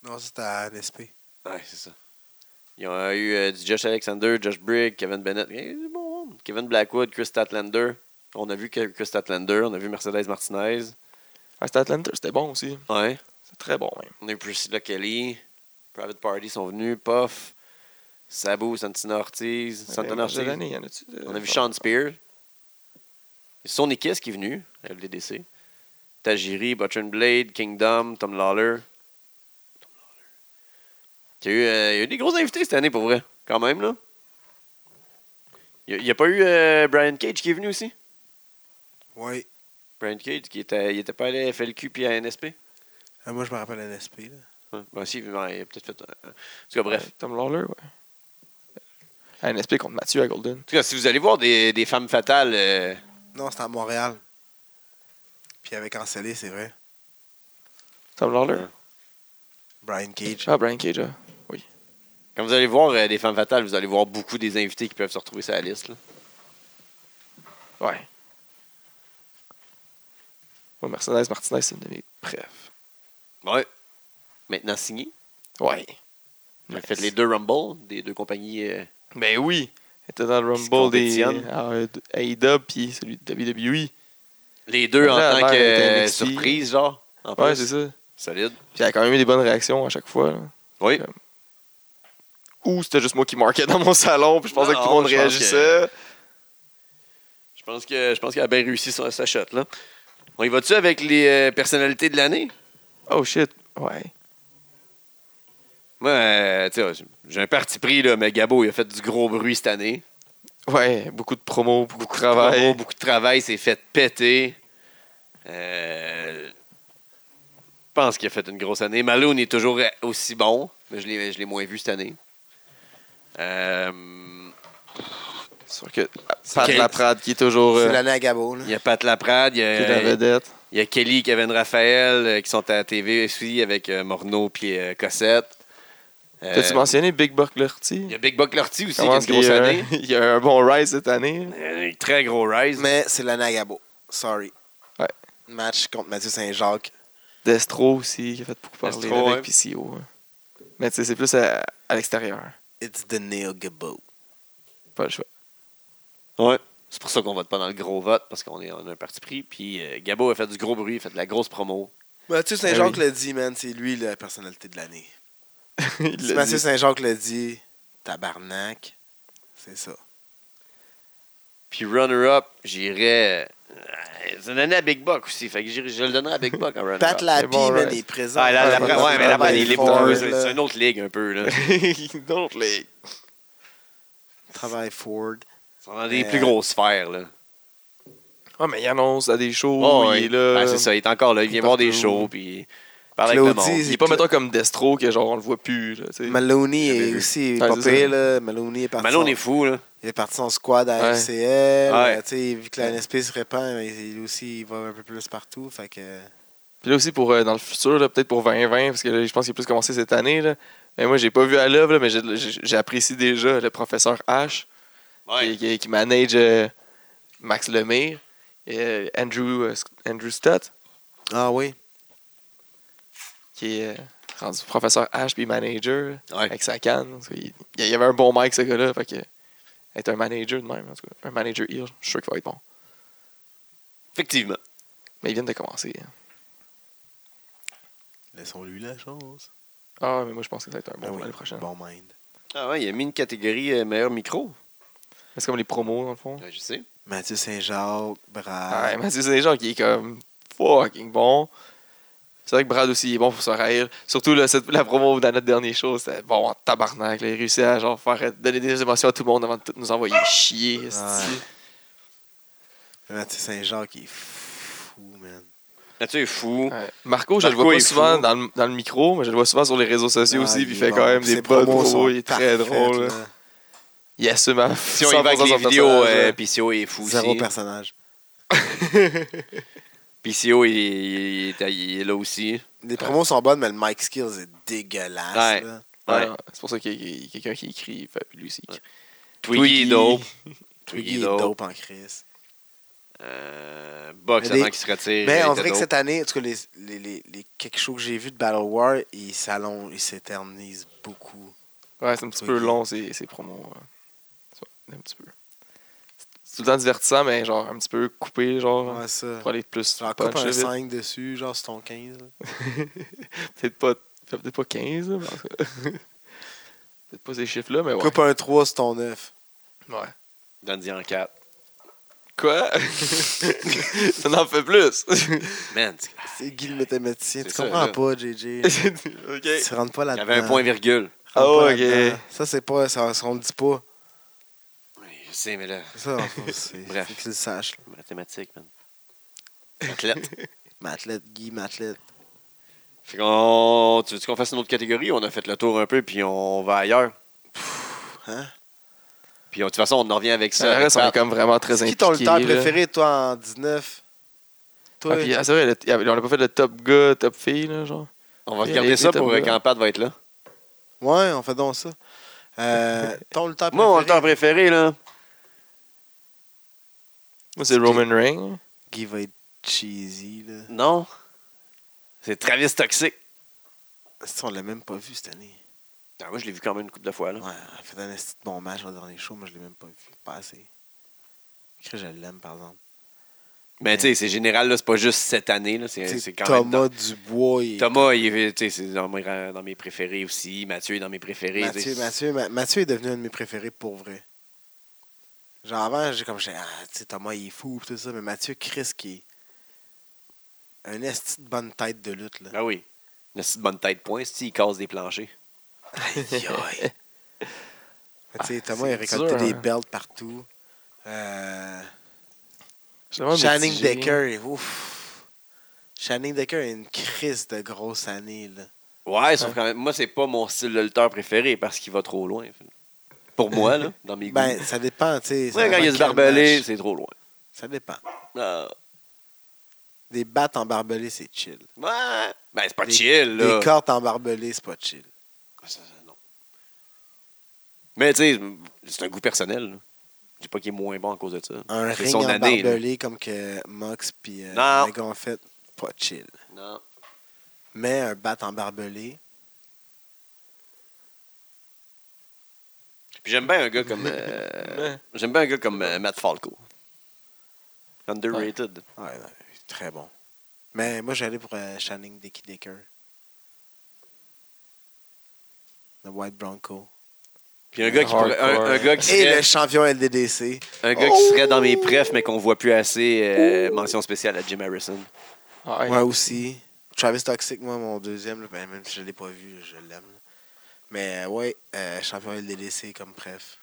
S3: Non, ça, c'était à NSP.
S1: Ouais, c'est ça. Ils ont euh, eu euh, du Josh Alexander, Josh Briggs, Kevin Bennett. Eh, du bon monde. Kevin Blackwood, Chris Statlander. On a vu que- Chris Statlander, on a vu Mercedes Martinez.
S2: Ah, c'était Atlanta, c'était bon aussi.
S1: Ouais.
S2: C'était très bon, même.
S1: On a eu Priscilla Kelly, Private Party sont venus, Puff, Sabu, Santina Ortiz, Santana
S2: Match de
S1: Ortiz.
S2: l'année, y en a-tu? de-
S1: On a vu Sean Spears. Sonny Kiss qui est venu, à LDDC. Tajiri, Butcher and Blade, Kingdom, Tom Lawler. Tom Lawler. Il y a eu, euh, il y a eu des gros invités cette année pour vrai, quand même. là. Il n'y a, pas eu euh, Brian Cage qui est venu aussi.
S3: Ouais.
S1: Brian Cage qui était, il était pas allé à FLQ puis à NSP.
S3: Ah, moi, je me rappelle NSP. Là.
S1: Ouais. Ben, si, ouais, il a peut-être fait. euh, En tout cas, bref.
S2: Ouais, Tom Lawler, ouais. Ah, Un NSP contre Mathieu à Golden.
S1: En tout cas, si vous allez voir des, des femmes fatales, euh,
S3: Non, c'était à Montréal. Puis il avait cancellé, c'est vrai.
S2: Tom Lawler?
S1: Ouais.
S3: Brian Cage.
S2: Ah, Brian Cage, ah.
S1: quand vous allez voir euh, des femmes fatales, vous allez voir beaucoup des invités qui peuvent se retrouver sur la liste. là.
S2: Ouais. Ouais, Mercedes Martinez, c'est une de mes préf.
S1: Ouais. Maintenant signé.
S2: Ouais.
S1: J'ai fait les deux Rumble, des deux compagnies. euh,
S2: Ben oui. Elle était dans le
S1: Ils se
S2: Rumble des
S1: compétitionnent.
S2: euh, AEW puis celui de E. WWE.
S1: les deux en
S2: Après,
S1: tant que
S2: elle était
S1: euh,
S2: NXT.
S1: surprise, genre. En
S2: Ouais,
S1: plus.
S2: c'est ça.
S1: Solide.
S2: Puis elle a quand même eu des bonnes réactions à chaque fois. là.
S1: Oui.
S2: Ou c'était juste moi qui marquais dans mon salon puis je pensais
S1: Non,
S2: que tout le monde
S1: je pense
S2: réagissait.
S1: Je pense que je pense qu'elle a bien réussi sa, sa shot, là. On y va-tu avec les euh, personnalités de l'année?
S2: Oh shit. Ouais.
S1: Moi, euh, tu sais, j'ai un parti pris, là, mais Gabo, il a fait du gros bruit cette année.
S2: Ouais, beaucoup de promos, beaucoup, de travail.
S1: Bravo, beaucoup de travail, s'est fait péter. Euh, je pense qu'il a fait une grosse année. Malone est toujours aussi bon, mais je l'ai je l'ai moins vu cette année. Euh,
S2: Sûr que Pat
S1: Kate.
S2: Laprade qui est toujours euh,
S3: C'est l'année à Gabo. Là.
S1: Il y a Pat Laprade, il y
S2: qui est la
S1: a,
S2: vedette.
S1: il y a Kelly, Kevin Raphaël euh, qui sont à la TV aussi avec euh, Morneau puis euh, Cossette. Euh,
S2: T'as-tu mentionné Big Buck Lurty?
S1: il y a Big Buck Lorty aussi qui
S2: Comment
S1: a une grosse
S2: qu'il hein? y a-
S1: année.
S2: Il y a un bon rise cette année.
S1: Euh, Un très gros rise.
S3: Mais c'est l'année à Gabo. Sorry.
S2: Ouais.
S3: Match contre Mathieu Saint-Jacques.
S2: Destro aussi, qui a fait beaucoup parler
S1: Destro,
S2: avec PCO. hein. Mais tu sais, c'est plus à, à l'extérieur.
S3: It's the Neil Gabo.
S2: Pas le choix.
S1: Ouais. C'est pour ça qu'on vote pas dans le gros vote, parce qu'on est on a un parti pris. Puis euh, Gabo a fait du gros bruit, il a fait de la grosse promo.
S3: Mathieu
S2: Ah
S3: Saint-Jacques
S2: oui.
S3: l'a dit, man. C'est lui la personnalité de l'année.
S2: Il
S3: Si
S2: l'a
S3: Mathieu
S2: dit.
S3: Saint-Jacques l'a dit, tabarnak. C'est ça.
S1: Puis runner-up, j'irais mais c'est donné à Big Buck aussi. Fait que j'irai- je le donnerai à Big Buck en round
S3: Pat Lappy,
S2: bon,
S3: man,
S2: right.
S3: il est présent.
S1: Ah, la, la,
S3: Ouais,
S1: ouais, mais là-bas,
S3: il
S1: les
S3: est
S1: Lips
S3: fort,
S1: Brothers,
S3: là.
S1: c'est une autre ligue un peu. Là.
S2: Donc, les.
S3: Travail Ford.
S1: Ils sont dans des
S3: Euh,
S1: plus grosses sphères. Là.
S2: Ah, mais il annonce à des shows.
S1: Oh,
S2: il
S1: ouais.
S2: est là.
S1: Ah, c'est ça, il est encore là. Il vient voir des
S2: partout.
S1: shows, puis il parle avec le
S3: Claudie,
S1: monde.
S2: Il est pas, mettons, comme Destro, que genre, on le voit plus. Là, tu sais.
S3: Maloney
S2: J'avais
S3: est
S2: vu.
S3: aussi
S2: Ah,
S3: pas
S2: c'est ça.
S3: pire, là. Maloney est parti.
S1: Manon
S3: en-
S1: est fou, là.
S3: Il est parti en squad à
S2: Ouais.
S3: FCL.
S1: Ouais.
S3: euh, tu sais, vu que la NSP se répand, mais il aussi il va un peu plus partout. Fait que.
S2: Puis là aussi, pour, euh, dans le futur, là, peut-être pour 2020, parce que là, je pense qu'il est plus commencé cette année. Là. Mais moi, j'ai pas vu à l'œuvre, là, mais j'ai- j'ai j'ai apprécié déjà le professeur H, qui, qui- qui manage euh, Max Lemire, et, euh, Andrew, euh, Sc- Andrew Stott,
S3: Ah oui.
S2: qui est euh, rendu professeur H puis manager, là,
S1: Ouais.
S2: avec sa canne. En tout cas, Il il y avait un bon mic, ce gars-là. Fait que, être un manager de même, en tout cas, un manager heel, je suis sûr qu'il va être bon.
S1: Effectivement.
S2: Mais ils viennent de commencer. hein.
S3: Laissons-lui la chance.
S2: Ah, mais moi, je pense que ça va être un bon
S3: Ah
S2: pour
S3: oui,
S2: l'année prochaine.
S3: Bon mind.
S1: Ah ouais, il a mis une catégorie euh, meilleur micro.
S2: C'est comme les promos, dans le fond. Ah,
S1: Ouais, je sais.
S3: Mathieu Saint-Jacques,
S2: Ouais,
S3: Brad.
S2: Mathieu Saint-Jean qui est comme fucking bon. C'est vrai que Brad aussi il est bon pour se rire. Surtout là, cette- la promo dans notre dernier show, c'était bon en tabarnak. là. il réussit à genre faire donner des émotions à tout le monde avant de tout nous envoyer chier. esti.
S3: Mathieu Saint-Jacques, il est fou, man.
S1: Mathieu est fou.
S2: Ouais. Marco, je le
S1: Marco
S2: vois pas
S1: est
S2: souvent
S1: fou.
S2: dans le, dans le micro, mais je le vois souvent sur les réseaux sociaux
S3: Ah,
S2: aussi. Puis
S3: est
S2: il fait
S3: bon.
S2: quand même
S3: Ses
S2: des bonnes
S3: promos sont
S2: promos. Il est très
S3: parfaites,
S2: drôle. là.
S3: là.
S2: Il assume à
S1: Si on y va avec
S2: 100%
S1: les
S2: son
S1: vidéos,
S2: personnage,
S1: euh,
S2: là.
S1: PCO est fou
S3: Zéro
S1: aussi.
S3: personnage.
S1: PCO, il, il est- il est là aussi.
S3: Les promos sont bonnes, mais le mic skills est dégueulasse.
S1: Ouais.
S3: là.
S1: Ouais.
S2: Ouais, c'est pour ça qu'il y a- qu'il y a quelqu'un qui écrit. Fait, lui aussi. il-
S1: Twiggy,
S2: Twiggy.
S1: dope.
S3: Twiggy
S1: Twiggy,
S3: est
S1: dope.
S3: dope en crise.
S1: Euh, Box
S3: Mais
S1: avant
S3: des-
S1: qu'il se retire.
S3: Mais
S1: il
S3: on
S1: était
S3: dirait que
S1: dope.
S3: cette année, en tout cas, les, les, les, les quelques shows que j'ai vus de Battle War, ils s'allongent, ils s'éternisent beaucoup.
S2: Ouais, c'est un petit
S3: Ok.
S2: peu long, ces, ces promos. ouais. C'est un petit peu. C'est tout le temps divertissant, mais genre un petit peu coupé, genre,
S3: Ouais, ça.
S2: pour aller plus
S3: Genre,
S2: punch,
S3: coupe un
S2: là, vite.
S3: 5 dessus, genre, c'est ton 15. là.
S2: Peut-être pas, fait peut-être pas 15, là, mais en tout cas. Peut-être pas ces chiffres-là, mais ouais.
S3: Coupe un 3, c'est ton 9.
S2: Ouais.
S1: Dandy en 4.
S2: Quoi? Ça n'en fait plus!
S1: Man, c'est-
S3: C'est Guy le mathématicien.
S1: Ah, C'est
S3: Tu
S1: ça,
S3: comprends
S1: là.
S3: pas, JJ.
S2: ok.
S3: tu rentres pas
S1: il y
S3: là-dedans.
S1: avait un point virgule.
S3: Tu rentres
S2: Ah,
S3: pas
S2: ok.
S3: là-dedans. Ça, c'est pas. Ça, ça, on le dit pas.
S1: Oui, Je sais, mais là,
S3: Ça, en fait, c'est.
S1: Bref.
S3: Faut que tu le saches. là.
S1: mathématiques, man. Athlète.
S3: Mathlète, Guy, Mathlète.
S1: Fait qu'on- Tu veux qu'on fasse une autre catégorie? On a fait le tour un peu, puis on va ailleurs.
S3: hein?
S1: Puis de toute façon, on en revient avec Ah, ça.
S2: Ça
S1: avec
S2: reste, on est
S1: Pat.
S2: comme vraiment très
S3: C'est
S2: impliqués.
S3: qui ton lutteur
S2: là.
S3: préféré, toi, en 19 Toi,
S2: Ah, puis, ah, c'est vrai, le- il y avait- on n'a pas fait le top gars, top fille, là, genre.
S1: On va
S2: Il y a
S1: regarder
S2: les-
S1: ça
S2: les
S1: pour euh,
S2: tableaux.
S1: quand Pat va être là.
S3: Ouais, on fait donc ça. Euh, ton lutteur
S1: Moi, mon temps
S3: préféré.
S1: préféré, là.
S2: Moi, c'est Roman Reigns.
S3: Guy va être cheesy, là.
S1: Non. C'est Travis Toxic.
S3: Si on l'a même pas vu cette année.
S1: Ah, moi, je l'ai vu quand même une couple de fois, là.
S3: Ouais, il a fait un esti de bon match au dernier show, moi je l'ai même pas vu passer. Je crois que je l'aime, par exemple.
S1: Mais Ben, tu sais, c'est général, là, c'est pas juste cette année, là. C'est
S3: Tu sais,
S1: Euh, c'est quand même.
S3: Thomas Dubois et
S1: Thomas, il est, tu sais, c'est dans, mes, dans mes préférés aussi. Mathieu est dans mes préférés. tu sais.
S3: Mathieu, Mathieu, Ma- Mathieu est devenu un de mes préférés pour vrai. Genre avant, j'ai comme j'ai ah, tu sais, Thomas il est fou pis tout ça, mais Mathieu Chris qui est un esti de bonne tête de lutte là.
S1: Ah oui. Il a si de bonne tête point, si il casse des planchers.
S3: Aïe, aïe. Tu sais, Thomas il a
S2: c'est dur,
S3: récolté des
S2: hein.
S3: belts partout. Euh,
S2: Je demande des
S3: Shannon
S2: petits génies.
S3: Decker, ouf. Shannon Decker a une crise de grosse année, là.
S1: Ouais, sauf quand même, moi, c'est pas mon style de lutteur préféré parce qu'il va trop loin. Pour moi, là, dans mes goûts.
S3: Ben, ça dépend, tu sais. ça
S1: Ouais, quand
S3: dépend
S1: il y a du
S3: quel
S1: barbelé,
S3: match.
S1: c'est trop loin.
S3: Ça dépend.
S1: Ah,
S3: Des battes en barbelé, c'est chill.
S1: ouais. Ben, c'est pas
S3: Des-
S1: chill, là.
S3: Des cordes en barbelé, c'est pas chill.
S1: Ah, ça, ça, non. Mais, tu sais, c'est un goût personnel. là. Je dis pas qu'il est moins bon à cause de ça.
S3: Un
S1: C'est
S3: ring
S1: son
S3: en
S1: année, là.
S3: barbelé, comme que Mox puis euh,
S1: Non.
S3: Omega ont fait, pas chill.
S1: Non.
S3: Mais un bat en barbelé,
S1: Puis j'aime bien un gars comme. euh,
S2: Ouais.
S1: j'aime bien un gars comme euh, Matt Falco. Underrated.
S3: ouais, non, très bon. Mais moi, j'allais pour euh, Shannon Dicky Decker. Le White Bronco.
S1: Puis un gars qui, pourrait- un, un gars qui
S3: Et le
S1: serait,
S3: champion LDDC.
S1: un gars qui serait dans mes prefs, mais qu'on voit plus assez, euh, mention spéciale à Jim Harrison.
S2: Ouais.
S3: Moi aussi. Travis Toxic, moi, mon deuxième, là, ben, même si je ne l'ai pas vu, je l'aime. là. Mais euh, ouais, euh, champion LDDC comme pref.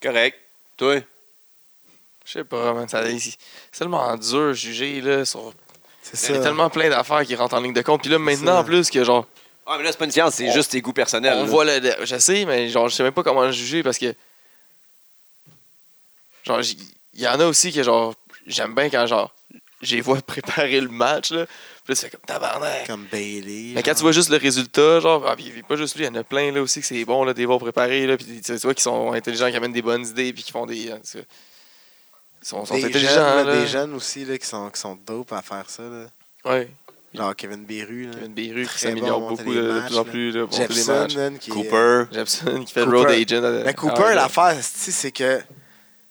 S1: Correct. Toi?
S2: Je sais pas, man. ça- C'est tellement dur de juger, là. Sur...
S3: C'est
S2: Il y a tellement plein d'affaires qui rentrent en ligne de compte. Puis là, maintenant,
S3: ça.
S2: en plus, que genre,
S1: Ah, mais là, c'est pas une science, c'est
S2: On-
S1: juste tes goûts personnels.
S2: on
S1: là.
S2: voit le. le- Je sais, mais genre, je sais même pas comment le juger parce que. Genre, j'- il y en a aussi que, genre, j'aime bien quand, genre, j'ai vois préparer le match, là. Puis là, tu fais comme tabarnak.
S3: Comme Bailey.
S2: Mais quand tu vois juste le résultat, genre, ah, puis pas juste lui, il y en a plein là aussi que c'est bon, là, des bons préparés, là, puis tu sais, tu vois qu'ils sont intelligents, qui amènent des bonnes idées, puis qui font des. en tout cas, ils sont, sont
S3: des
S2: intelligents,
S3: jeunes, là,
S2: là.
S3: des jeunes aussi là, qui, sont, qui sont dope à faire ça. Là.
S2: Ouais,
S3: Genre Kevin Beru. là.
S2: Kevin Beru qui
S3: Très
S2: s'améliore
S3: bon,
S2: beaucoup
S3: monter les
S2: là, de
S3: matchs,
S2: plus en
S3: là.
S2: plus, là, pour tous les
S3: Jepson,
S2: matchs.
S3: man, qui est-
S1: Cooper.
S2: euh, Jepson qui fait
S3: Cooper.
S2: le road agent. Ah, à-
S3: Mais Cooper,
S2: à-
S3: l'affaire, c'est c'est que.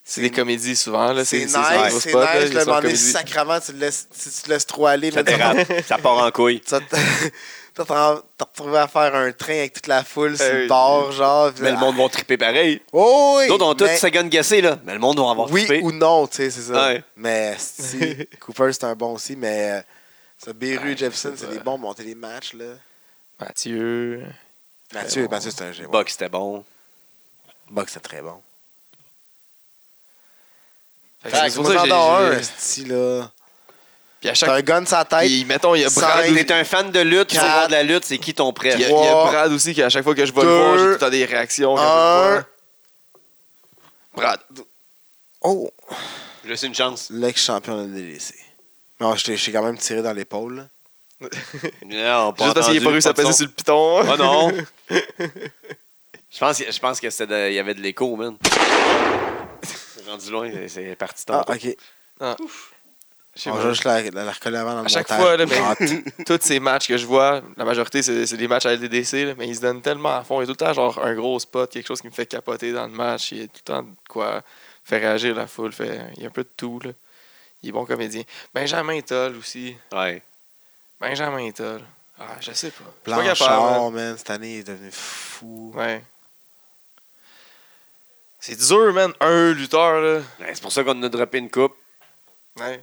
S2: C'est des comédies souvent, là.
S3: C'est nice,
S2: sur les gros
S3: c'est
S2: spots, là,
S3: nice.
S2: ils
S3: Le
S2: sont
S3: moment donné,
S2: comédies.
S3: sacrement, tu le laisses, tu, tu te laisses trop aller.
S1: Ça
S3: mais tu-
S1: dérape, ça part en couille.
S3: tu vas te- tu vas te retrouvé à faire un train avec toute la foule sur le
S2: Euh,
S3: bord, genre. puis
S1: Mais
S3: là,
S1: le monde va triper pareil.
S3: Oh oui!
S1: D'autres ont tous
S3: mais
S1: second guessé, là. Mais le monde va avoir
S3: Oui
S1: trippé.
S3: ou non, tu sais, c'est ça.
S1: Ouais.
S3: Mais si, Cooper, c'est un bon aussi, mais euh, ça, Beru
S2: Ouais,
S3: Jepson,
S2: c'est
S3: c'est
S2: ça.
S3: des bons monter les matchs, là.
S2: Mathieu.
S3: Mathieu,
S2: bon.
S3: Mathieu c'est un géant.
S1: Buck, c'était bon.
S3: Buck, c'est très bon.
S2: Fait que c'est
S3: Fait que
S2: pour ça que
S3: moi,
S2: j'ai-
S3: j'en ai un,
S2: j'ai-
S3: esti, là.
S2: Puis à
S3: T'as un
S2: chaque.
S3: gun sur la tête.
S2: Puis, mettons, Ah, il y a
S3: Ça
S2: Brad.
S3: aurait
S2: aussi-
S1: T'es un fan de lutte, tu
S3: Quatre.
S1: vas voir de la lutte, c'est qui ton prêt?
S2: Il y, a- il y a
S3: Trois,
S2: Brad aussi qui, à chaque fois que je vais le voir, j'ai
S3: deux,
S2: tout le temps des réactions. quand je le
S3: Un.
S2: vois. Brad.
S3: Oh!
S1: Je laisse une chance.
S3: L'ex-champion de LDC. Non, je t'ai je t'ai quand même tiré dans l'épaule. là.
S1: Non,
S2: Juste parce qu'il
S1: entendu,
S2: n'a pas réussi à
S1: de son.
S2: passer sur le piton.
S1: Ah
S3: Oh,
S1: non! Je pense, que- je pense que c'était de- il y avait de l'écho, man. C'est Rendu loin, c'est- c'est parti
S3: Ah,
S1: tantôt.
S3: ok.
S2: Je sais
S3: On
S2: pas.
S3: va juste la, la, la recoller avant dans le
S2: À chaque
S3: montage.
S2: fois, là, mais-
S3: Ah,
S2: tous ces matchs que je vois, la majorité, c'est c'est des matchs à LDDC, là, mais ils se donnent tellement à fond. Il y a tout le temps genre un gros spot, quelque chose qui me fait capoter dans le match. Il y a tout le temps de quoi faire réagir la foule. Fait, il y a un peu de tout. Là. Il est bon comédien. Benjamin Toll aussi.
S3: Ah.
S1: Ouais.
S2: Benjamin Toll. Ah, je sais pas. Je suis pas capable,
S3: Blanchard, man, cette année, il est devenu fou.
S2: man. Ouais. C'est dur, man. Un lutteur, là.
S1: Ouais, C'est pour ça qu'on a droppé une coupe.
S2: Ouais.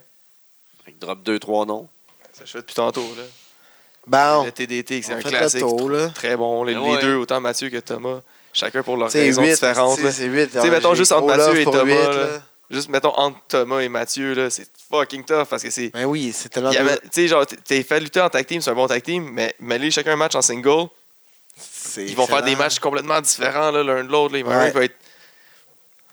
S1: Fait que drop deux, trois noms.
S2: Ça, je fais depuis tantôt, là.
S3: Bon,
S2: Le TDT, c'est
S3: on
S2: un
S3: fait le
S2: classique.
S3: tour, là.
S2: Très bon. Les,
S1: Ah
S2: les
S1: ouais.
S2: deux, autant Mathieu que Thomas. Chacun pour leurs
S3: C'est
S2: raisons
S3: 8,
S2: différentes. là.
S3: c'est 8. Tu
S2: sais, mettons, juste entre Mathieu et Thomas, là. Juste, mettons, entre Thomas et Mathieu, là, c'est fucking tough parce que c'est.
S3: Ben oui, c'est tellement...
S2: il y avait-
S3: de-
S2: Tu sais, genre, t'es- t'es fait lutter en tag team, c'est un bon tag team, mais mêler chacun un match en single,
S3: c'est
S2: ils vont faire des
S3: excellent.
S2: matchs complètement différents là, l'un de l'autre. là. Il va-
S3: Ouais.
S2: il va être-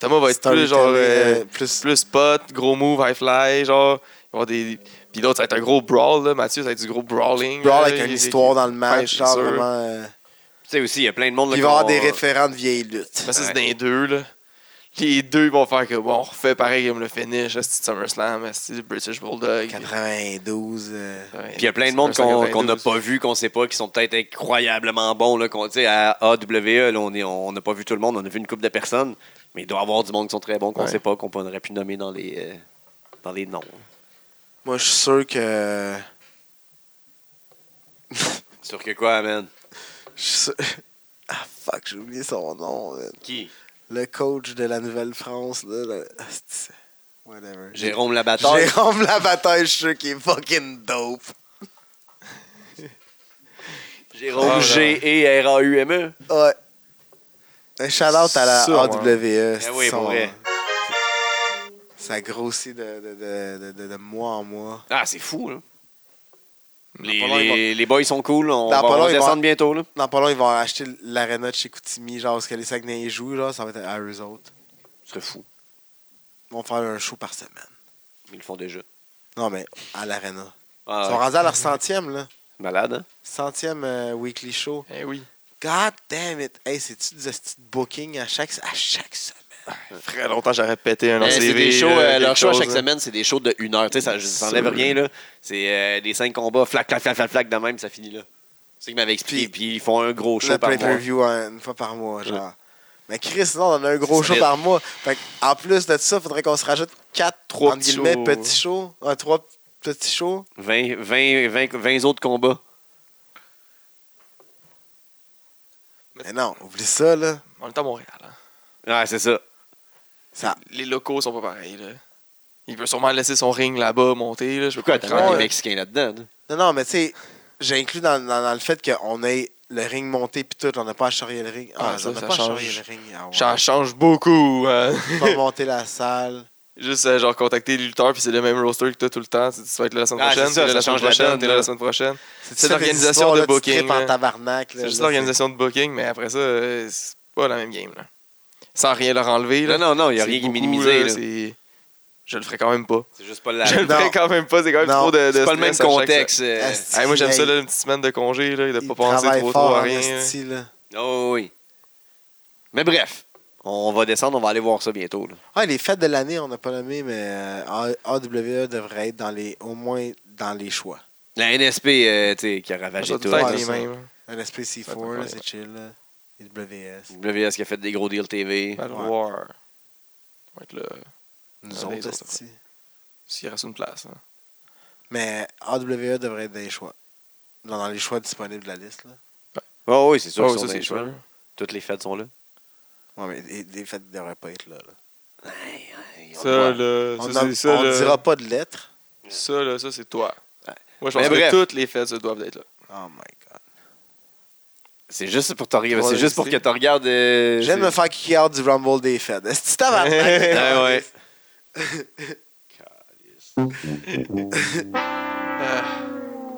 S2: Thomas va être
S3: C'est un
S2: plus, genre,
S3: littéraire,
S2: euh,
S3: euh, plus...
S2: plus spot, gros move, high fly, genre. Il va avoir des. Puis l'autre, ça va être un gros brawl, là. Mathieu, ça va être du gros brawling.
S3: Brawl
S2: là.
S3: avec une
S2: euh, Il-
S3: histoire dans le
S2: Ouais,
S3: match,
S2: c'est
S3: genre
S2: sûr.
S3: vraiment... euh,
S1: Tu sais aussi, il y a plein de monde.
S3: Puis il
S1: qui
S3: va y avoir des référents de vieilles luttes.
S2: Mais Ben, ça, c'est
S1: Ouais.
S2: dans les deux, là. Les deux vont faire que, bon, on refait pareil comme le finish, là, c'est SummerSlam, là, c'est British Bulldog.
S3: 92... euh,
S2: Ouais,
S1: Puis il y a plein de monde qu'on
S2: 92.
S1: qu'on n'a pas vu, qu'on sait pas, qui sont peut-être incroyablement bons. Là, qu'on- tu sais, à AWE, là, on est- on n'a pas vu tout le monde, on a vu une couple de personnes. Mais il doit y avoir du monde qui sont très bons, qu'on ne
S2: Ouais.
S1: sait pas, qu'on aurait pu nommer dans les, euh, dans les noms.
S3: Moi, je suis sûr que...
S1: Sûr que quoi, man?
S3: je suis sûr- Ah, fuck, j'ai oublié son nom, man.
S1: Qui?
S3: Le coach de la Nouvelle-France, là... le- Asti, Whatever.
S1: Jérôme Labattard.
S3: Jérôme Labatteur, je suis sûr qu'il est fucking dope.
S1: Jérôme
S2: Ah,
S1: G-E-R-A-U-M-E.
S3: Ouais. Un shout-out à la
S2: Sûrement.
S3: AWE. c'est
S1: Eh oui, pour vrai.
S3: Ça grossit de, de, de, de, de, de mois en mois.
S1: Ah, c'est fou, là. Les,
S2: Dans pas long, ils
S1: les- les boys sont cool. On
S3: Dans
S1: va
S3: pas long,
S1: on va
S3: ils vont-
S1: descendre bientôt, là.
S3: Dans pas long, ils vont acheter l'aréna de chez Koutimi, genre, parce que les Saguenay jouent, genre, ça va être à eux autres.
S1: Ce serait fou.
S3: Ils vont faire un show par semaine.
S1: Ils le font déjà.
S3: Non, mais à l'aréna. Ils sont
S1: Ah,
S3: rendus à leur centième, là.
S1: malade, hein?
S3: Centième euh, weekly show.
S2: Eh oui.
S3: God damn it! Hey, c'est-tu des hosties de booking à chaque, à chaque semaine?
S2: Très longtemps, j'aurais pété un
S1: Euh,
S2: CV.
S1: c'est des shows,
S2: là,
S1: euh,
S2: quelque
S1: leurs shows à
S2: chose, hein.
S1: chaque
S2: là.
S1: semaine, c'est des shows de une heure. Tu sais, ça ça enlève
S2: Sûr.
S1: rien, là. C'est euh, des cinq combats, flac, flac, flac, flac, flac, de même, ça finit là. C'est qu'ils m'avaient expliqué,
S3: Puis-
S1: puis ils font un gros show
S3: le
S1: par mois.
S3: pay-per-view hein, une fois par mois, genre. Mais Chris, non, on en a un gros
S1: C'est
S3: show
S1: split.
S3: par mois. Fait que, en plus de ça, faudrait qu'on se rajoute 4
S2: Trois
S3: trois
S2: petits
S3: guillemets,
S2: shows.
S3: petits shows. Un, trois petits shows.
S1: 20, 20, 20, 20 autres combats.
S3: Mais non, oublie ça, là.
S2: On est à Montréal. hein.
S1: Ouais, c'est ça.
S3: Ça-
S2: Les locaux sont pas pareils. Là. Il peut sûrement laisser son ring là-bas monter. Là. Je peux
S1: Pourquoi
S2: pas
S1: t'as
S2: comprendre.
S1: mis
S3: Ouais.
S1: les Mexicains là-dedans? là?
S3: Non, non, mais tu sais, j'ai inclus dans, dans- dans le fait qu'on ait le ring monté puis tout, on n'a pas à charrier le ring. Ah,
S2: Ah, ça,
S3: on n'a
S2: ça
S3: pas à
S2: change.
S3: charrier le ring. Ah, ouais.
S2: Ça change beaucoup. hein.
S3: Pas monter la salle.
S2: Juste euh, genre contacter les lutteurs, puis c'est le même roster que t'as tout le temps. Tu tu vas être là la semaine
S1: Ah, c'est
S2: prochaine,
S1: ça,
S2: t'es là
S1: ça
S2: la semaine
S1: change la
S2: prochaine,
S1: donne,
S2: t'es là
S1: là.
S2: la semaine prochaine.
S3: ça, des
S2: l'organisation
S3: histoires,
S2: de
S3: là, tu
S2: booking,
S3: tripes en
S2: là.
S3: tabarnak. là.
S2: C'est juste
S3: Là,
S2: l'organisation de booking, mais après ça, euh, c'est pas la même game. Là. Sans rien leur enlever. Là.
S1: Non, non, non, il n'y a
S2: C'est
S1: rien qui est
S2: beaucoup,
S1: minimisé.
S2: là,
S1: là. Ah,
S2: c'est- Je le ferais quand même pas.
S1: C'est juste pas la-
S2: Je le
S1: C'est
S3: Non.
S2: ferais quand même pas. C'est quand même
S3: Non.
S2: trop de, de
S1: pas le même
S2: stress à chaque semaine.
S1: contexte. euh.
S3: Asti,
S2: Hey, moi, j'aime ça,
S3: hey,
S2: là, une petite semaine de congé, là, de
S3: ils
S2: pas penser
S3: travaillent
S2: trop,
S3: fort
S2: trop à
S3: en
S2: rien. hein. là.
S3: esti, là.
S1: Oh oui. Mais bref, on va descendre, on va aller voir ça bientôt. là.
S3: Ah, les fêtes de l'année, on n'a pas nommé, mais euh, A- AWE devrait être dans les, au moins dans les choix.
S1: La NSP euh, tu sais, qui a
S2: Ça
S1: ravagé
S2: doit
S1: tout.
S2: tout le temps
S3: Ouais,
S2: être les
S3: ça.
S2: mêmes.
S3: Un
S2: Ça peut
S3: SPC4,
S2: pas
S3: là,
S2: être.
S3: c'est chill. là. WS.
S1: WS qui a fait des gros deals TV.
S2: Battle
S3: Ouais.
S2: War. Ça va être là,
S3: Nous
S2: Ah, les
S3: autres,
S2: autres,
S3: esti.
S2: s'il reste une place. hein.
S3: Mais AWE devrait être dans les choix. Dans, dans les choix disponibles de la liste. Là.
S1: Oh oui, c'est sûr.
S2: Ouais,
S1: qu'ils sont
S2: Ah
S1: dans
S2: ça, c'est
S1: les choix.
S2: sûr.
S1: Toutes les fêtes sont là.
S3: Ouais, mais les, les fêtes ne devraient pas être là. là.
S2: Ça,
S1: Ouais.
S2: là,
S3: On
S2: ça,
S3: nomme-
S2: c'est ça,
S3: on
S2: là.
S3: dira pas de lettres.
S2: Ça, là, ça, c'est toi.
S1: Ouais.
S2: Moi, je
S1: Mais
S2: pense que
S1: bref.
S2: toutes les fêtes se doivent être là.
S3: Oh my god.
S1: C'est juste pour, t'en-
S2: Ouais,
S1: c'est juste pour
S2: c'est-
S1: que tu regardes. euh,
S3: J'aime
S1: c'est- Ah
S3: me faire kick out du Rumble des fêtes. Est-ce que
S1: Ouais, ouais. Euh,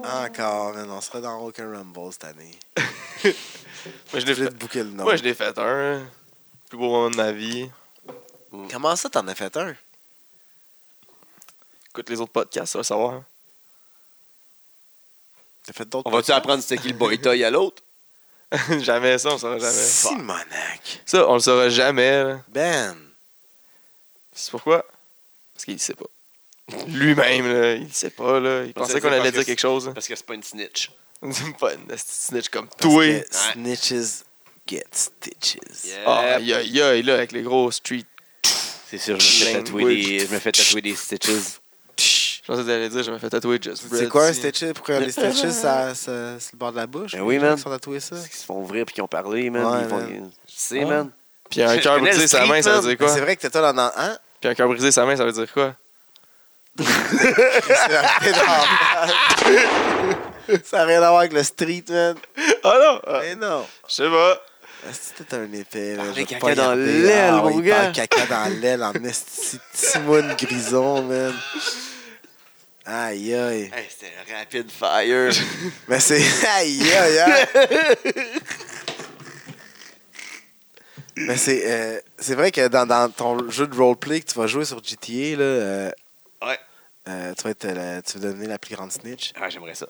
S3: Encore, man, on serait dans aucun Rumble cette année.
S2: Moi, je
S3: Je
S2: l'ai
S3: voulais
S2: fait,
S3: te bouquer le nom.
S2: moi, je l'ai fait un. hein. Plus beau moment de ma vie.
S3: Comment ça, t'en as fait un?
S2: Écoute les autres podcasts, ça va savoir.
S3: T'as fait
S1: On
S3: d'autres
S1: va-tu apprendre c'était qui le boy toy à l'autre?
S2: jamais ça, on le saura jamais.
S3: Simonac.
S2: Ça, on le saura jamais. là.
S3: Ben.
S2: C'est pourquoi? Parce qu'il le sait pas. Lui-même, là, il le sait pas. Là. Il
S1: Parce
S2: pensait
S1: que
S2: qu'on
S1: c'est
S2: allait
S1: parce
S2: dire
S1: que
S2: quelque chose.
S1: Parce que c'est pas une snitch.
S2: hein. pas une petite snitch comme
S3: parce
S2: toi.
S3: que Snitches get stitches.
S1: Yeah.
S2: Ah, aïe, aïe, aïe, là, avec les gros street.
S1: C'est sûr, je me fais tatouer des, je me fais tatouer des stitches.
S2: Je pensais que t'allais dire, je me fais tatouer Just Bread.
S3: C'est quoi un
S2: ici.
S3: stitches? Pourquoi les stitches, ça, ça- c'est le bord de la bouche?
S1: Ben oui,
S3: Les gens
S1: man.
S3: qui sont tatoués ça.
S1: Ceux qui se font ouvrir puis qui ont parlé, man.
S3: Ouais,
S1: ils font-
S3: man.
S1: Je sais,
S2: Ouais.
S1: man.
S2: Puis un
S1: Je
S2: cœur
S1: connais le
S2: brisé sa
S1: street,
S2: main, ça veut
S1: man.
S2: dire
S3: Mais
S2: quoi?
S3: Ben, C'est vrai que t'es toi dans dans- Hein?
S2: Puis un cœur brisé sa main, ça veut dire quoi?
S3: C'est un pédale. Ça n'a rien à voir avec le street, man.
S2: Ah non!
S3: Mais non.
S2: Je sais pas.
S3: Est-ce que t'es un épais, là?
S1: Parler
S3: je vais
S1: caca
S3: pas
S1: dans
S3: regarder.
S1: l'aile,
S3: Ah oui,
S1: mon
S3: il parle
S1: gars.
S3: caca dans l'aile en esti Timon Grison, man. Aïe, aïe.
S1: Hey, c'était un rapid fire.
S3: Mais c'est. Aïe, aïe, aïe. Mais c'est. euh, c'est vrai que dans, dans ton jeu de roleplay que tu vas jouer sur GTA, là. euh,
S1: Ouais.
S3: euh, tu, vas être, euh, la- tu vas devenir la plus grande snitch.
S1: ah, j'aimerais ça.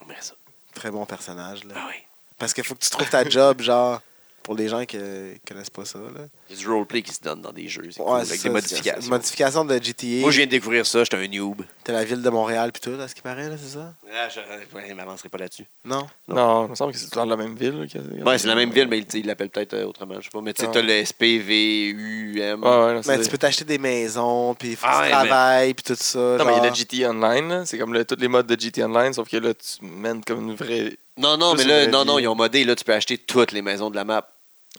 S1: J'aimerais ça.
S3: Très bon personnage, là.
S1: Ah oui.
S3: Parce qu'il faut que tu trouves ta job, genre, pour les gens qui euh, connaissent pas ça. Là.
S1: Il y a du roleplay qui se donne dans des jeux. C'est cool,
S3: Ouais, c'est
S1: avec
S3: ça,
S1: des
S3: c'est
S1: modifications.
S3: Une modification de GTA.
S1: Moi, je viens de découvrir ça. J'étais un noob.
S3: T'as la ville de Montréal puis tout, à ce qui paraît, là, c'est ça?
S1: Ah, je ouais, je m'avancerai pas là-dessus.
S3: Non?
S1: Non.
S2: Non, il me semble que c'est dans la même ville. là, que-
S1: Ouais, c'est la même ville, mais il il l'appelle peut-être euh, autrement. Je sais pas. Mais tu sais,
S2: Ah.
S1: t'as le SPVUM.
S2: Ouais, ouais, non, c'est-
S3: Mais tu peux t'acheter des maisons, puis faut que
S1: Ah
S3: tu
S1: ouais,
S3: travailles, puis tout ça.
S2: Non, mais il y a
S3: genre.
S2: le GT Online. là. C'est comme le, tous les modes de GT Online, sauf que là, tu mènes comme une vraie.
S1: Non, non,
S2: Ça,
S1: mais
S2: c'est
S1: là,
S2: une
S1: non,
S2: vraie
S1: non,
S2: vie.
S1: ils ont modé. Là, tu peux acheter toutes les maisons de la map.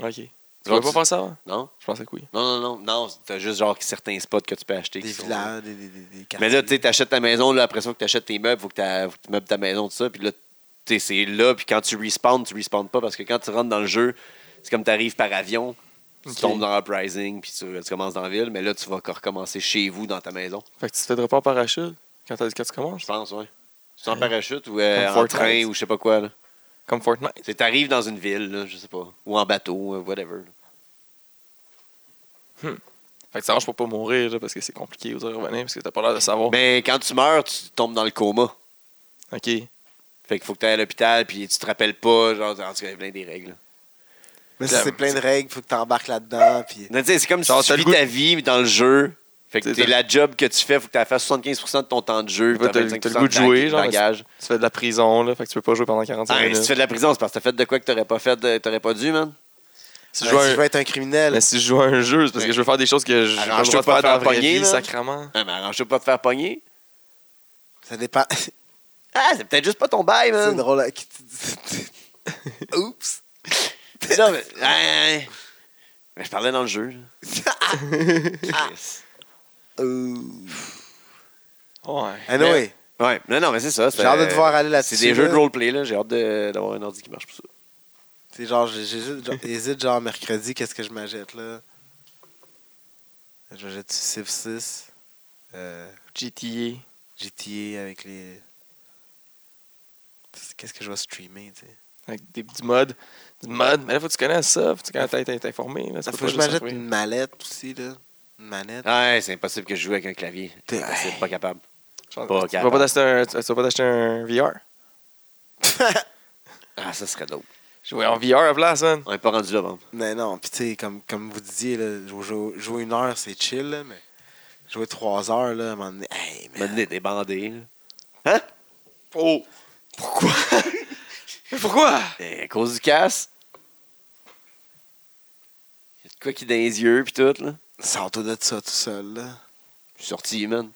S2: Ok. Tu
S1: Genre,
S2: voulais pas
S1: tu-
S2: faire ça avant?
S1: Non?
S2: Je pensais que oui.
S1: Non, non, non. Non, t'as juste genre certains spots que tu peux acheter.
S3: des
S1: qui sont-
S3: villages, des, des, des, des quartiers.
S1: Mais là, tu sais, t'achètes ta maison, là, après ça, que t'achètes tes meubles, faut que t'a- faut que tu meubles ta maison, tout ça. Puis là, tu sais, c'est là, puis quand tu respawns, tu respawns pas parce que quand tu rentres dans le jeu, c'est comme t'arrives par avion, tu
S2: Ok.
S1: tombes dans Uprising, puis tu, tu commences dans la ville, mais là, tu vas co- recommencer chez vous dans ta maison.
S2: Fait que tu te fais pas en parachute quand, t'as- quand tu
S1: Je
S2: commences.
S1: pense, ouais. Tu es en parachute ou euh,
S2: Comme
S1: en
S2: Fortnite.
S1: train ou je sais pas quoi, là.
S2: Comme Fortnite.
S1: C'est t'arrives dans une ville, là, je sais pas. Ou en bateau, euh, whatever.
S2: Fait que ça marche pour pas mourir, là, parce que c'est compliqué aux revenir, parce que t'as pas l'air de savoir.
S1: Mais quand tu meurs, tu tombes dans le coma.
S2: Ok.
S1: Fait qu'il faut que t'ailles à l'hôpital, puis tu te rappelles pas, genre, en tout cas, il y a plein des règles. là.
S3: Mais ça, c'est
S2: J'aime.
S3: plein de règles, faut que t'embarques là-dedans, puis.
S1: Non, tu sais, c'est comme si
S2: Genre,
S1: tu
S2: t'as
S1: vis
S2: le goût-
S1: ta vie dans le jeu. Fait que
S2: T'sais,
S1: t'es
S2: t'as-
S1: la job que tu fais, faut que tu fasses 75 de ton temps de jeu.
S2: T'as
S1: puis T'as
S2: le- t'as
S1: 25
S2: le goût de jouer, genre,
S1: Bagage.
S2: Tu fais de la prison, là, fait que tu peux pas jouer pendant 45
S1: Ah, et si tu
S2: minutes.
S1: fais de la prison, c'est parce que t'as fait de quoi que t'aurais pas fait, euh, t'aurais pas dû, man.
S2: Si
S3: Ouais,
S2: je joue à
S3: si
S2: un-
S3: je veux être un
S2: Mais
S3: criminel.
S2: si je joue à un jeu, c'est parce que
S1: Ouais.
S2: je veux faire des choses que je j'ai pas le
S1: Arrange-toi
S2: droit de
S1: pour
S2: faire dans la
S1: faire
S2: vraie
S1: pogner,
S2: vie,
S1: là.
S2: sacrement.
S1: Ah, mais arrange-toi pas de te faire pogner.
S3: Ça dépend.
S1: Ah, c'est peut-être juste pas ton bail,
S3: c'est
S1: man.
S3: drôle. hein, qui- Oups.
S1: Non, mais, hein, mais je parlais dans le jeu.
S2: Ah.
S1: là. Chris.
S2: Ouais.
S3: Anyway,
S1: ouais, non, non, mais c'est ça. c'est- euh,
S3: j'ai hâte de te voir aller là-dessus.
S1: C'est des jeux
S3: là.
S1: de roleplay, là. J'ai hâte de- d'avoir un ordi qui marche pour ça.
S3: C'est genre, j'ai- j'hésite, genre, hésite, genre, mercredi, qu'est-ce que je m'achète, là? Je m'achète du Civ 6, euh,
S2: GTA.
S3: GTA avec les... Qu'est-ce que je vais streamer, tu sais?
S2: Avec des petits mods. Du mod. Mais là, faut que tu connaisses ça. Faut que tu connaisses t'es- t'es informé. Là, ça
S3: Faut
S2: peut
S3: que je
S2: pas juste
S3: m'achète
S2: arriver.
S3: une mallette aussi, là. Une manette.
S1: Ah, Ouais, c'est impossible que je joue avec un clavier. Ah,
S3: T'es-
S1: C'est impossible, pas capable.
S2: Genre,
S1: Pas
S2: Tu vas
S1: capable.
S2: pas t'acheter un, tu vas pas t'acheter un VR.
S1: Ah, ça serait dope.
S2: Jouer en VR à place, man.
S1: On n'est pas rendu là, man.
S3: Mais non, puis tu sais, comme, comme vous disiez, là, jou- jou- jouer, une heure, c'est chill, là, mais jouer trois heures, là, à un moment donné, hey, man.
S1: Maintenant, des bandés. là.
S2: Oh! Pourquoi? Mais pourquoi?
S1: Eh, À cause du casse. Il y a de quoi qui est dans les yeux, pis tout, là.
S3: Sors-toi de ça tout seul, là.
S1: Je suis sorti, man.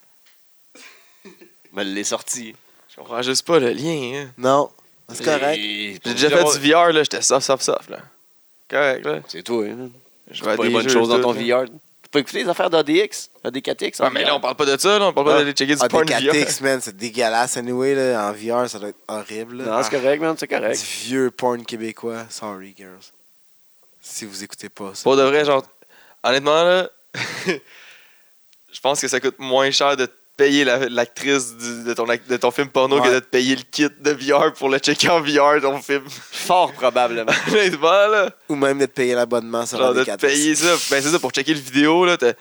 S1: Je me l'ai sorti.
S2: Je comprends juste pas le lien. hein.
S3: Non, c'est correct.
S1: J'ai
S2: J'ai déjà fait du VR, là. J'étais soft, soft, soft, là. Correct, là.
S1: C'est toi, hein, man.
S2: Je
S1: Tu fais pas les bonnes choses dans ton VR. Tu peux écouter les affaires d'ADX, ADKTX. en
S2: Ah, mais
S1: VR.
S2: là, on parle pas de ça, là. On parle pas
S1: Ah.
S2: d'aller checker du
S3: Ah,
S2: porn
S3: des
S2: VR.
S3: 4X, man, c'est dégueulasse, anyway, là. En VR, ça doit être horrible, là.
S1: Non, c'est correct, man, c'est
S3: Ah,
S1: correct.
S3: du vieux porn québécois. Sorry, girls. Si vous écoutez pas ça.
S2: Pour de vrai, genre, honnêtement, là, je pense que ça coûte moins cher de te payer la- l'actrice du- de, ton, ac- de ton film porno
S3: Ouais.
S2: que de te payer le kit de VR pour le checker en VR ton film.
S1: Fort probablement.
S2: honnêtement, là,
S3: Ou même de te payer l'abonnement sur Ah,
S2: genre
S3: la
S2: de te payer ça. Ben, c'est ça, pour checker le vidéo, là, t'as-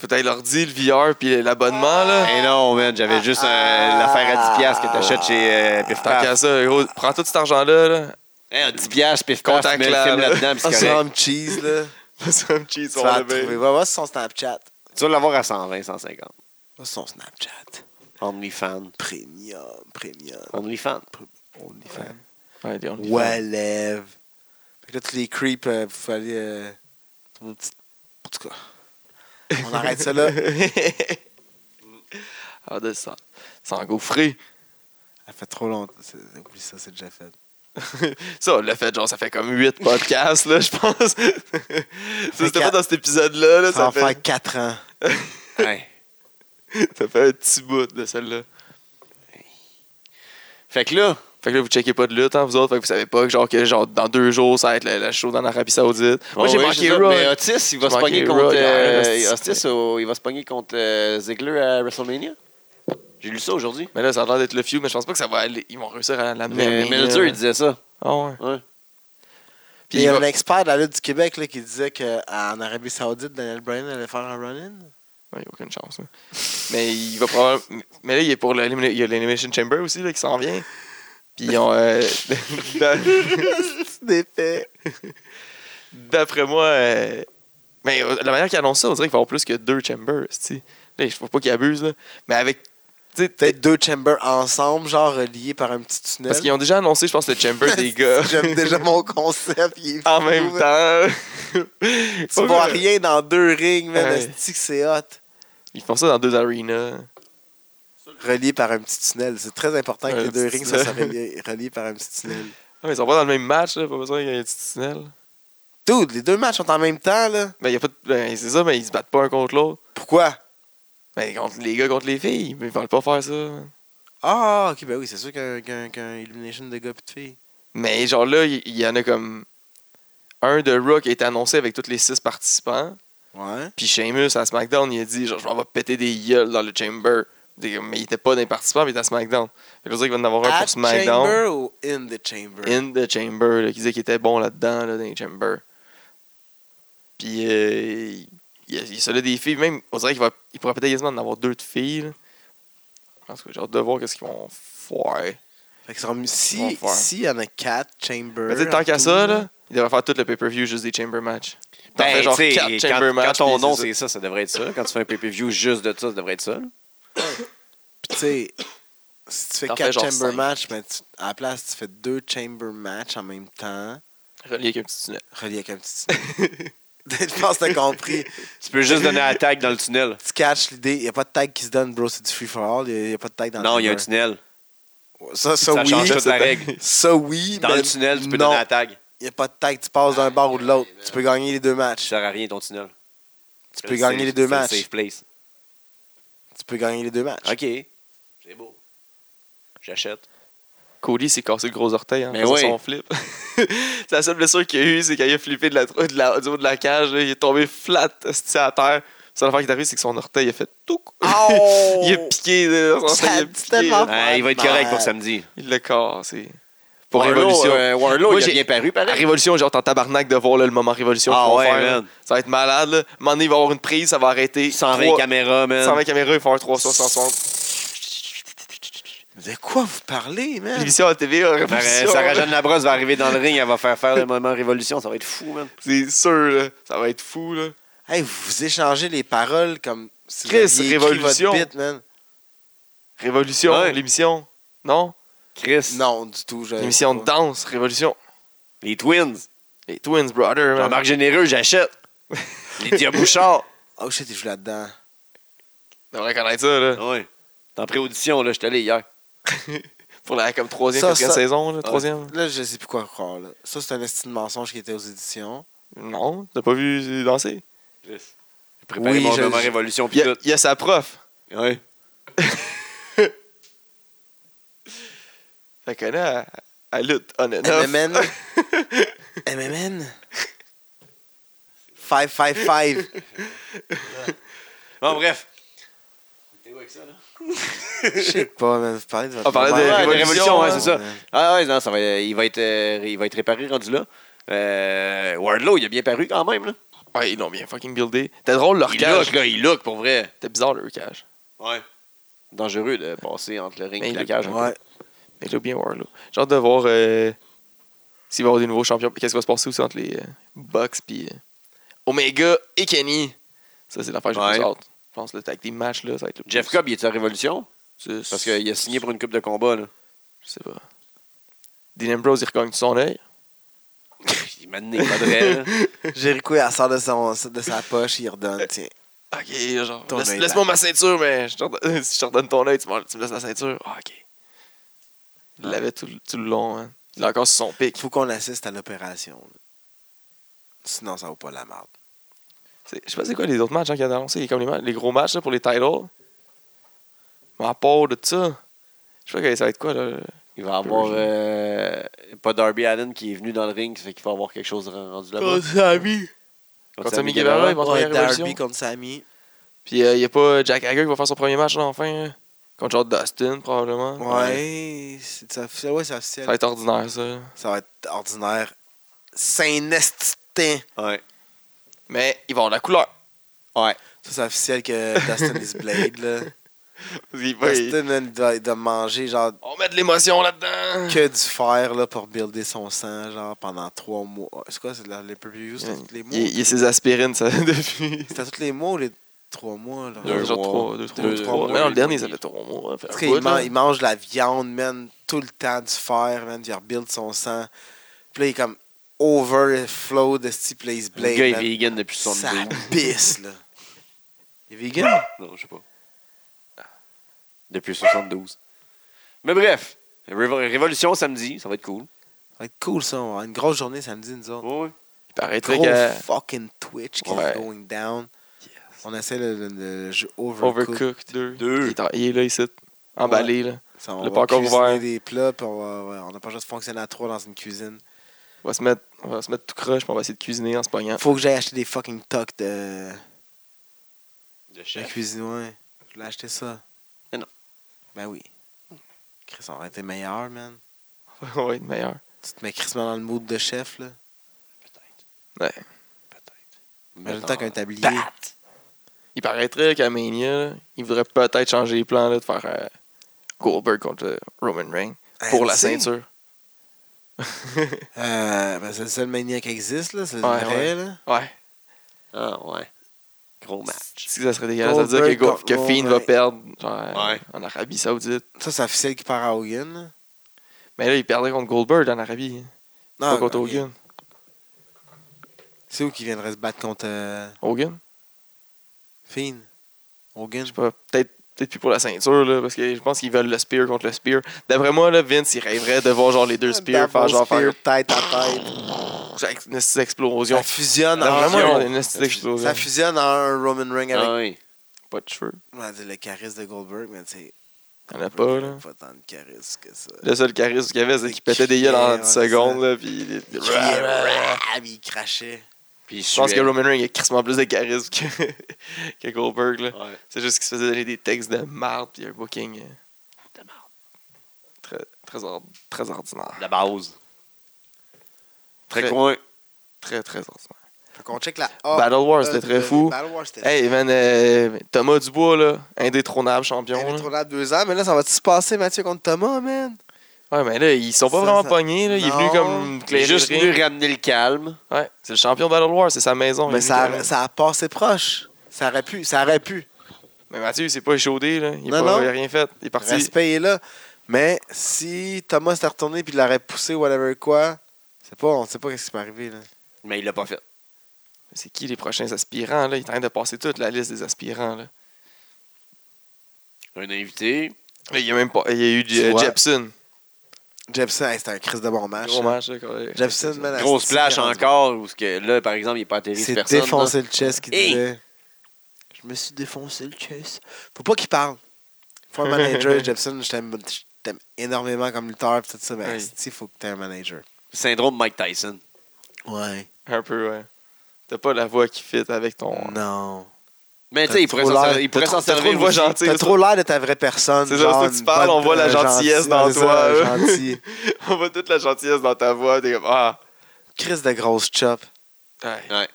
S2: faut t'aller l'ordi, le VR, puis l'abonnement, là.
S1: Mais non, man, j'avais juste euh, l'affaire à 10$ piastres que t'achètes chez euh, Pif
S2: Tant qu'à
S1: Paf.
S2: ça, gros, prends tout cet argent-là, là.
S1: Hein, 10$, piastres, Pif Paf,
S2: Contact
S1: mets le
S2: là,
S1: film
S2: là.
S1: là-dedans, pis
S3: Ah,
S1: c'est
S3: c'est
S1: correct.
S3: un cheese, là.
S2: C'est un cheat,
S3: Tu
S2: on
S3: vas
S2: l'a
S3: la trouver.
S2: bien.
S3: Va voir son Snapchat.
S1: Tu vas l'avoir à 120, 150.
S3: Va son Snapchat.
S1: OnlyFan.
S3: Premium, premium.
S1: OnlyFan.
S3: OnlyFans.
S2: Ouais, des OnlyFans.
S3: Ouais, lève. Fait que là, tous les creeps, euh, vous fallait. Euh, trouver une petite- en tout cas. On arrête ça, là.
S2: ah, de ça. S'engouffrer.
S3: Ça fait trop longtemps. C'est- Oublie ça, c'est déjà fait.
S2: Ça, on l'a fait, genre, ça fait comme 8 podcasts, là, je pense. ça, c'était pas
S3: quatre-
S2: dans cet épisode-là, là,
S3: Ça
S2: ça,
S3: va faire
S2: fait...
S3: 4 ans.
S1: Ouais.
S2: ça fait un petit bout de celle-là.
S1: Fait que là,
S2: Fait que là, vous checkez pas de lutte, hein, vous autres. Fait que vous savez pas que, genre, que genre, dans deux jours, ça va être la, la show dans l'Arabie Saoudite. Moi,
S1: oh Ouais,
S2: j'ai
S1: ouais,
S2: manqué
S1: c'est ça,
S2: Raw.
S1: Mais euh, Otis, il va se pogner
S2: J'ai manqué
S1: contre.
S2: Raw hier,
S1: euh,
S2: mais c'est-
S1: Otis, oh, il va se pogner contre euh, Ziggler à WrestleMania. J'ai lu ça aujourd'hui.
S2: Mais là, ça a l'air d'être le feud, mais je pense pas que ça va aller. Ils vont réussir à l'amener. Euh,
S1: Mais Melzer, il disait ça.
S2: Ah ouais.
S1: Ouais.
S3: Puis il
S2: Puis
S3: y
S2: il
S3: a
S2: va-
S3: un expert de la lutte du Québec là, qui disait qu'en Arabie Saoudite, Daniel Bryan allait faire un run-in.
S2: Ouais, y a aucune chance. hein. mais il va probablement. Mais là, il est pour l'élimina- il y a l'Elimination Chamber aussi, là, qui s'en vient. Puis ils ont. euh,
S3: C'est épais.
S2: D'après moi, euh, mais euh, la manière qu'ils annoncent ça, on dirait qu'il va y avoir plus que deux chambers. tu sais. Là, je faut pas qu'ils abusent. Là. Mais avec. tu sais,
S3: Peut-être deux chambers ensemble, genre reliés par un petit tunnel.
S2: Parce qu'ils ont déjà annoncé, je pense, le chamber des gars.
S3: J'aime déjà mon concept. il est
S2: En
S3: fou,
S2: même
S3: man.
S2: temps.
S3: Tu vois rien dans deux rings, man.
S2: Ouais.
S3: Esti que c'est hot.
S2: Ils font ça dans deux arenas.
S3: Relié par un petit tunnel. C'est très important que
S2: Un
S3: les deux
S2: petit
S3: rings soient
S2: tunnel.
S3: reliés reliés par un petit tunnel.
S2: Ah, mais ils sont pas dans le même match, là, pas besoin qu'il y ait un petit tunnel.
S3: Dude, les deux matchs sont en même temps, là.
S2: Ben, y a pas de- ben, c'est ça, mais ils se battent pas un contre l'autre.
S3: Pourquoi?
S2: Ben, contre les gars contre les filles, mais ils veulent pas faire ça.
S3: Ah, ok, ben oui, c'est sûr qu'un qu'un- qu'un Illumination de gars pis de filles.
S2: Mais genre là, il y, y en a comme un de Raw qui a été annoncé avec tous les six participants.
S3: Ouais.
S2: Puis Sheamus à SmackDown, il a dit genre, je m'en vais péter des gueules dans le Chamber. Des- Mais il était pas dans les participants, mais il était à SmackDown. Fait que je veux dire qu'il va en avoir un
S3: At
S2: pour SmackDown.
S3: chamber ou in the chamber?
S2: In the Chamber, là, qui disait qu'il était bon là-dedans, là, dans les Chamber. Puis euh, il y a, il y a celui des filles, même, on dirait qu'il va, il pourrait peut-être quasiment en avoir deux de filles. là. En tout cas, j'ai hâte de voir qu'est-ce qu'ils vont faire.
S3: Fait que ça remet-
S2: On va
S3: si,
S2: faire.
S3: si y en a quatre chambers.
S2: Mais tu sais, tant
S3: en
S2: qu'à
S3: tout,
S2: ça, là, il devrait faire tout le pay-per-view juste des chamber match. T'en fais genre
S1: Ben, tu sais,
S2: quatre
S1: quand,
S2: chamber
S1: quand
S2: match,
S1: ton
S2: puis
S1: nom,
S2: c'est
S1: c'est ça, ça devrait être ça. Quand tu fais un pay-per-view juste de ça, ça devrait être ça. là.
S3: Pis tu sais, si tu fais
S2: T'en fais
S3: quatre
S2: genre
S3: chamber
S2: cinq.
S3: matchs, ben, tu- à la place, tu fais deux chamber matchs en même temps,
S2: relié avec un petit tunnel.
S3: relié avec un petit tunnel. Je pense que t'as compris.
S1: Tu peux juste donner la tag dans le tunnel.
S3: Tu catches l'idée. Y a pas de tag qui se donne, bro. C'est du free-for-all. Y a, y a pas de tag dans
S1: non,
S3: le
S1: il y a un
S3: chamber.
S1: tunnel.
S3: Ça, ça
S1: ça
S3: oui.
S1: change toute la règle.
S3: Ça, oui.
S1: Dans
S3: mais
S1: le tunnel, tu peux
S3: non.
S1: donner la tag.
S3: n'y a pas de tag, tu passes d'un bord ou de l'autre. Tu peux gagner les deux
S1: Tu
S3: matchs.
S1: sers à rien ton tunnel.
S3: Tu peux gagner les deux
S1: C'est le
S3: matchs.
S1: Safe place.
S3: Tu peux gagner les deux matchs.
S1: OK. C'est beau. J'achète.
S2: Cody s'est cassé le gros orteil en
S1: Mais
S2: faisant
S1: oui.
S2: son flip. C'est la seule blessure qu'il a eue, c'est quand il a flippé de la, tr- de la- du haut de la cage, là, il est tombé flat hostie, à terre. La seule affaire qui est arrivée, c'est que son orteil a fait tout. il a piqué. là, son
S3: Ça
S2: orteil a
S3: dit
S2: piqué,
S3: tellement.
S2: là.
S1: Ah, il va être correct pour samedi.
S2: Il l'a cassé. Pour
S1: Warlow,
S2: Révolution.
S1: euh, Warlow,
S2: Moi,
S1: il a
S2: j'ai-
S1: bien paru,
S2: La
S1: pareil.
S2: Révolution, genre, t'es en tabarnak de voir là, le moment Révolution.
S1: Ah
S2: qu'ils vont
S1: ouais,
S2: faire, là.
S1: man.
S2: Ça va être malade. Là. À un moment donné, il va y avoir une prise, ça va arrêter.
S1: 120
S2: Trois-
S1: caméras, man.
S2: 120 caméras, il va faire 360.
S3: De quoi vous parlez,
S1: Ah.
S3: man?
S2: L'émission à TV, euh,
S1: Par- euh,
S2: Révolution,
S1: Sarah
S2: là.
S1: Jeanne Labrosse va arriver dans le ring, elle va faire faire le moment révolution, ça va être fou, man.
S2: C'est sûr, là. ça va être fou. Là.
S3: Hey, vous échangez les paroles comme si
S2: Chris,
S3: vous aviez écrit
S2: révolution.
S3: votre bit, man.
S2: Révolution,
S1: Ouais.
S2: l'émission. Non?
S1: Chris,
S3: Non, du tout. je-
S2: L'émission de danse, Révolution.
S1: les Twins,
S2: Les Twins Brothers, man.
S1: Jean-Marc Généreux, j'achète. Lydia Bouchard.
S3: Oh shit, il joue là-dedans.
S2: devrait connaître ça, là.
S1: Ouais. T'es en pré-audition, là, je suis allé hier.
S2: Pour la comme troisième,
S3: Ça,
S2: quatrième
S3: ça-
S2: saison, là, troisième.
S3: Là, je sais plus quoi croire. Là. Ça, c'est un esti de mensonge qui était aux éditions.
S2: Non, t'as pas vu euh, danser?
S1: Chris. J'ai préparé
S3: Oui,
S1: mon
S3: je-
S1: moment révolution,
S2: Il
S1: pis
S2: y, a-
S1: tout.
S2: il y a sa prof.
S1: Ouais.
S2: Fait que là, elle lutte on and off.
S3: MMN. MMN. 555.
S1: Bon, bref. T'es où avec ça, là?
S3: Je sais pas, man. Vous parlez de votre.
S2: On parlait de
S3: mère.
S1: Ouais, de révolution, ouais,
S2: hein.
S1: c'est ça. Ah ouais, non, ça va, il, va être, euh, il va être réparé rendu là. Euh, Wardlow, il a bien paru quand même. Là.
S2: Ouais, ils l'ont bien fucking buildé. T'es drôle, leur
S1: Il
S2: cage.
S1: look, là, il look pour vrai.
S2: T'es bizarre, leur cage.
S1: Ouais. Dangereux de passer entre Ben, le ring
S2: Mais
S1: et la
S2: il-
S1: cage.
S3: Ouais.
S2: Mais là, bien Warlow. J'ai hâte de voir euh, s'il va y avoir des nouveaux champions. Qu'est-ce qui va se passer aussi entre les euh, Bucks puis euh, Omega et Kenny. Ça, c'est l'affaire que j'ai
S1: Ouais.
S2: plus hâte. Je pense que avec des matchs, là, ça va être le plus-
S1: Jeff Cobb, il est à Révolution
S2: C'est-
S1: parce qu'il a signé pour une coupe de combat. Là.
S2: Je sais pas. Dean Ambrose, il regagne son œil.
S1: il m'a donné pas de raie, là.
S3: Jericho, elle sort de, son, de sa poche, il
S2: Euh.
S3: redonne. Tiens.
S2: Ok, genre,
S3: Ton
S2: laisse-
S3: œil,
S2: laisse-moi ma ceinture, mais je te redonne- si je te redonne ton œil, tu, me- tu me laisses la ceinture. Ah, ok. Il l'avait tout, tout le long. hein. Il est encore sur son pic.
S3: Faut qu'on assiste à l'opération. là. Sinon, ça vaut pas la merde.
S2: C'est- Je sais pas c'est quoi les autres matchs hein, qu'il a annoncé, comme les, ma- les gros matchs là, pour les titles. Mais à part de ça, je sais pas que ça va être quoi là.
S1: Il va avoir euh, pas Darby Allen qui est venu dans le ring, ça fait qu'il va avoir quelque chose rendu là-bas.
S3: Sami.
S1: Contre
S2: Sammy
S1: Sammy Guevara.
S2: Guevara, il va- Contre la
S3: Ouais,
S2: Révolution.
S3: Darby contre Sami.
S2: Puis euh, il y a pas Jack Hager qui va faire son premier match là, enfin. hein. Contre genre Dustin probablement.
S3: Ouais. C'est c'est officiel. Ouais, c'est officiel.
S2: Ça va être ordinaire ça.
S3: Ça va être ordinaire. Saint-Nestin.
S1: Ouais.
S2: Mais il va avoir de la couleur.
S1: Ouais.
S3: Ça, c'est officiel que Dustin is Blade, là.
S2: Parce qu'il va- il-
S3: Dustin, man, doit, doit manger, genre,
S2: On met de l'émotion là-dedans.
S3: que du fer, là, pour builder son sang, genre, pendant trois mois. Ah, C'est quoi, c'est la- les previews? C'était tous les mois?
S2: Il, il y a ses aspirines ça depuis.
S3: C'était tous les mois ou les trois mois, là?
S1: Deux
S2: genre
S1: mois.
S2: trois, deux, trois,
S3: Deux,
S2: trois.
S3: trois mois,
S2: Mais non,
S1: il
S2: le dernier
S1: est-
S2: ça fait trois mois. fait
S3: Parce
S2: un
S3: qu'il
S2: bout,
S3: man-
S2: là.
S3: il mange la viande, man, tout le temps du fer, man, il rebuild son sang. Puis là, il est comme overflow de ce type, là, il se
S1: Le gars est
S3: blade, man.
S1: vegan depuis son
S3: Ça pisse, là. Il est vegan?
S1: Non, je sais pas. Depuis 72. Mais bref, Révo- Révolution samedi, ça va être cool.
S3: Ça va être cool, ça. On va avoir une grosse journée samedi, nous autres.
S2: Il paraîtrait
S3: Gros
S2: que
S3: fucking Twitch qui
S2: Ouais.
S3: est going down. On essaie le, le- le jeu Overcooked.
S2: Overcooked 2.
S1: Deux.
S2: Il est en- il est là ici. Emballé là.
S3: Ça, on
S2: Le
S3: va
S2: pas encore
S3: cuisiner
S2: ouvert.
S3: des plats, puis on va- ouais, on n'a pas juste fonctionné à trois dans une cuisine.
S2: On va se mettre, on va se mettre tout croche, puis on va essayer de cuisiner en se pognant.
S3: Faut que j'aille acheter des fucking tocs de,
S1: De
S3: de
S1: chef.
S3: cuisine. Ouais. Je voulais acheter ça.
S1: Mais non.
S3: Ben oui. Chris, on aurait été meilleur, man.
S2: on va être meilleur.
S3: Tu te mets Chris dans le mood de chef, là.
S1: Peut-être.
S2: Ouais.
S1: Peut-être.
S3: Imagine-toi qu'un tablier.
S2: Il paraîtrait qu'à Mania, là, il voudrait peut-être changer les plans là, de faire euh, Goldberg contre euh, Roman Reigns
S3: Hey,
S2: pour la
S3: Hein, tu sais,
S2: ceinture.
S3: euh, ben, c'est le seul mania qui existe, là. C'est le
S2: Ouais,
S3: vrai, là.
S2: Ouais.
S1: Ah ouais. Gros match.
S2: Si ça serait dégueulasse de dire que,
S3: Goldberg
S2: Go-
S3: contre
S2: que Fiend va
S3: Roman.
S2: perdre genre, euh,
S1: Ouais.
S2: en Arabie Saoudite.
S3: Ça, c'est officiel qui part à Hogan, là.
S2: Mais là, il perdrait contre Goldberg en Arabie, hein. pas contre
S3: Ah, ok.
S2: Hogan.
S3: ben, C'est où qui viendrait se battre contre euh,
S2: Hogan?
S3: Fiend? Hogan?
S2: Je sais pas, peut-être peut-être plus pour la ceinture, là, parce que je pense qu'ils veulent le spear contre le
S3: Ah,
S2: spear. D'après moi, là, Vince, il rêverait de voir genre les deux spears faire genre faire
S3: tête à tête.
S2: une petite explosion.
S3: Ça fusionne
S2: Elle a
S3: en
S2: vraiment
S3: un-
S2: une petite explosion.
S3: ça fusionne en un Roman Reign avec
S1: Ah oui.
S2: Pas de cheveux.
S3: on va dire le charisme de Goldberg, mais tu sais,
S2: Y'en a pas, là.
S3: pas tant de charisme que ça.
S2: Le seul charisme qu'il y avait, c'est qu'il
S3: C'est
S2: pétait des gueules en
S3: criait,
S2: 10
S3: ouais, c'est
S2: secondes,
S3: ça.
S2: là, puis il était-
S3: Il criait, rah, puis il crachait.
S1: Puis
S2: Je pense que Roman Reigns a crissement plus de charisme que, que Goldberg, là.
S1: Ouais.
S2: C'est juste qu'il se faisait donner des textes de marde, puis un booking. euh, Très, très, or- très ordinaire.
S1: La base. Très,
S2: Très-
S1: coin.
S2: Très, très ordinaire.
S3: Fait qu'on check la A,
S2: Battle Wars, c'était
S3: euh,
S2: très
S3: de-
S2: fou.
S3: Battle Wars, c'était
S2: Hey, man, euh, Thomas Dubois, là, indétrônable champion. là.
S3: Incontournable deux ans, mais là, ça va-tu se passer, Mathieu, contre Thomas, man?
S2: Ouais, mais là, ils sont pas
S3: Ça,
S2: vraiment
S3: ça-
S2: pognés, là. Il est venu
S3: Non.
S2: comme
S1: Il est
S2: éclairer
S1: juste
S2: le ring.
S1: venu ramener le calme.
S2: Ouais, c'est le champion de Battle Wars, c'est sa maison. il est
S3: Mais
S2: venu
S3: ça,
S2: comme-
S3: ça a passé proche. Ça aurait pu, ça aurait pu.
S2: Mais Mathieu, il s'est pas échaudé, là. Il, a
S3: Non,
S2: pas-
S3: non.
S2: il a rien fait. Il est parti.
S3: Respect est là. Mais si Thomas s'était retourné puis il l'aurait poussé, whatever quoi, c'est pas, on sait pas qu'est-ce qui peut arriver, là.
S1: Mais il l'a pas fait.
S2: C'est qui les prochains aspirants, là? Il est en train de passer toute la liste des aspirants, là.
S1: Un invité.
S2: Là, il y a même pas. Il y a eu
S3: Tu
S2: euh,
S3: vois.
S2: Jepson.
S3: Jepson, hey, c'était un crise de bon match.
S2: Gros
S3: là.
S2: match, là, quand-
S3: Jepson, man,
S1: Gros
S3: Ah, c'est-
S1: splash
S3: c'est-
S1: encore. Où ce que là, par exemple, il n'est pas atterri sur
S3: C'est
S1: personne.
S3: défoncé le chest qu'il
S1: Hey!
S3: disait. Je me suis défoncé le chest. Faut pas qu'il parle. Faut un manager, Jepson, je t'aime je t'aime énormément comme lutteur pis tout ça, mais
S2: Oui.
S3: il faut que t'aies un manager.
S1: là. Syndrome Mike Tyson.
S3: Ouais.
S2: Un peu, ouais. T'as pas la voix qui fit avec ton.
S3: Mm. Non.
S1: Mais tu sais, il pourrait
S3: trop
S1: s'en
S3: l'air-
S1: servir- il pourrait
S2: t'as
S1: s'en
S2: trop- t'as trop
S1: servir.
S2: une voix
S1: aussi.
S2: gentille.
S3: T'as
S2: ça.
S3: trop l'air de ta vraie personne.
S2: C'est ça,
S3: genre
S2: c'est que tu
S3: une
S2: parles,
S3: bonne-
S2: on voit la
S3: un
S2: gentillesse
S3: gentil,
S2: dans
S3: ouais, c'est
S2: toi,
S3: ça, un
S2: euh.
S3: gentil.
S2: On voit toute la gentillesse dans ta voix. T'es comme. Ah!
S3: Chris de grosse chop.
S2: Ouais.
S1: Ouais.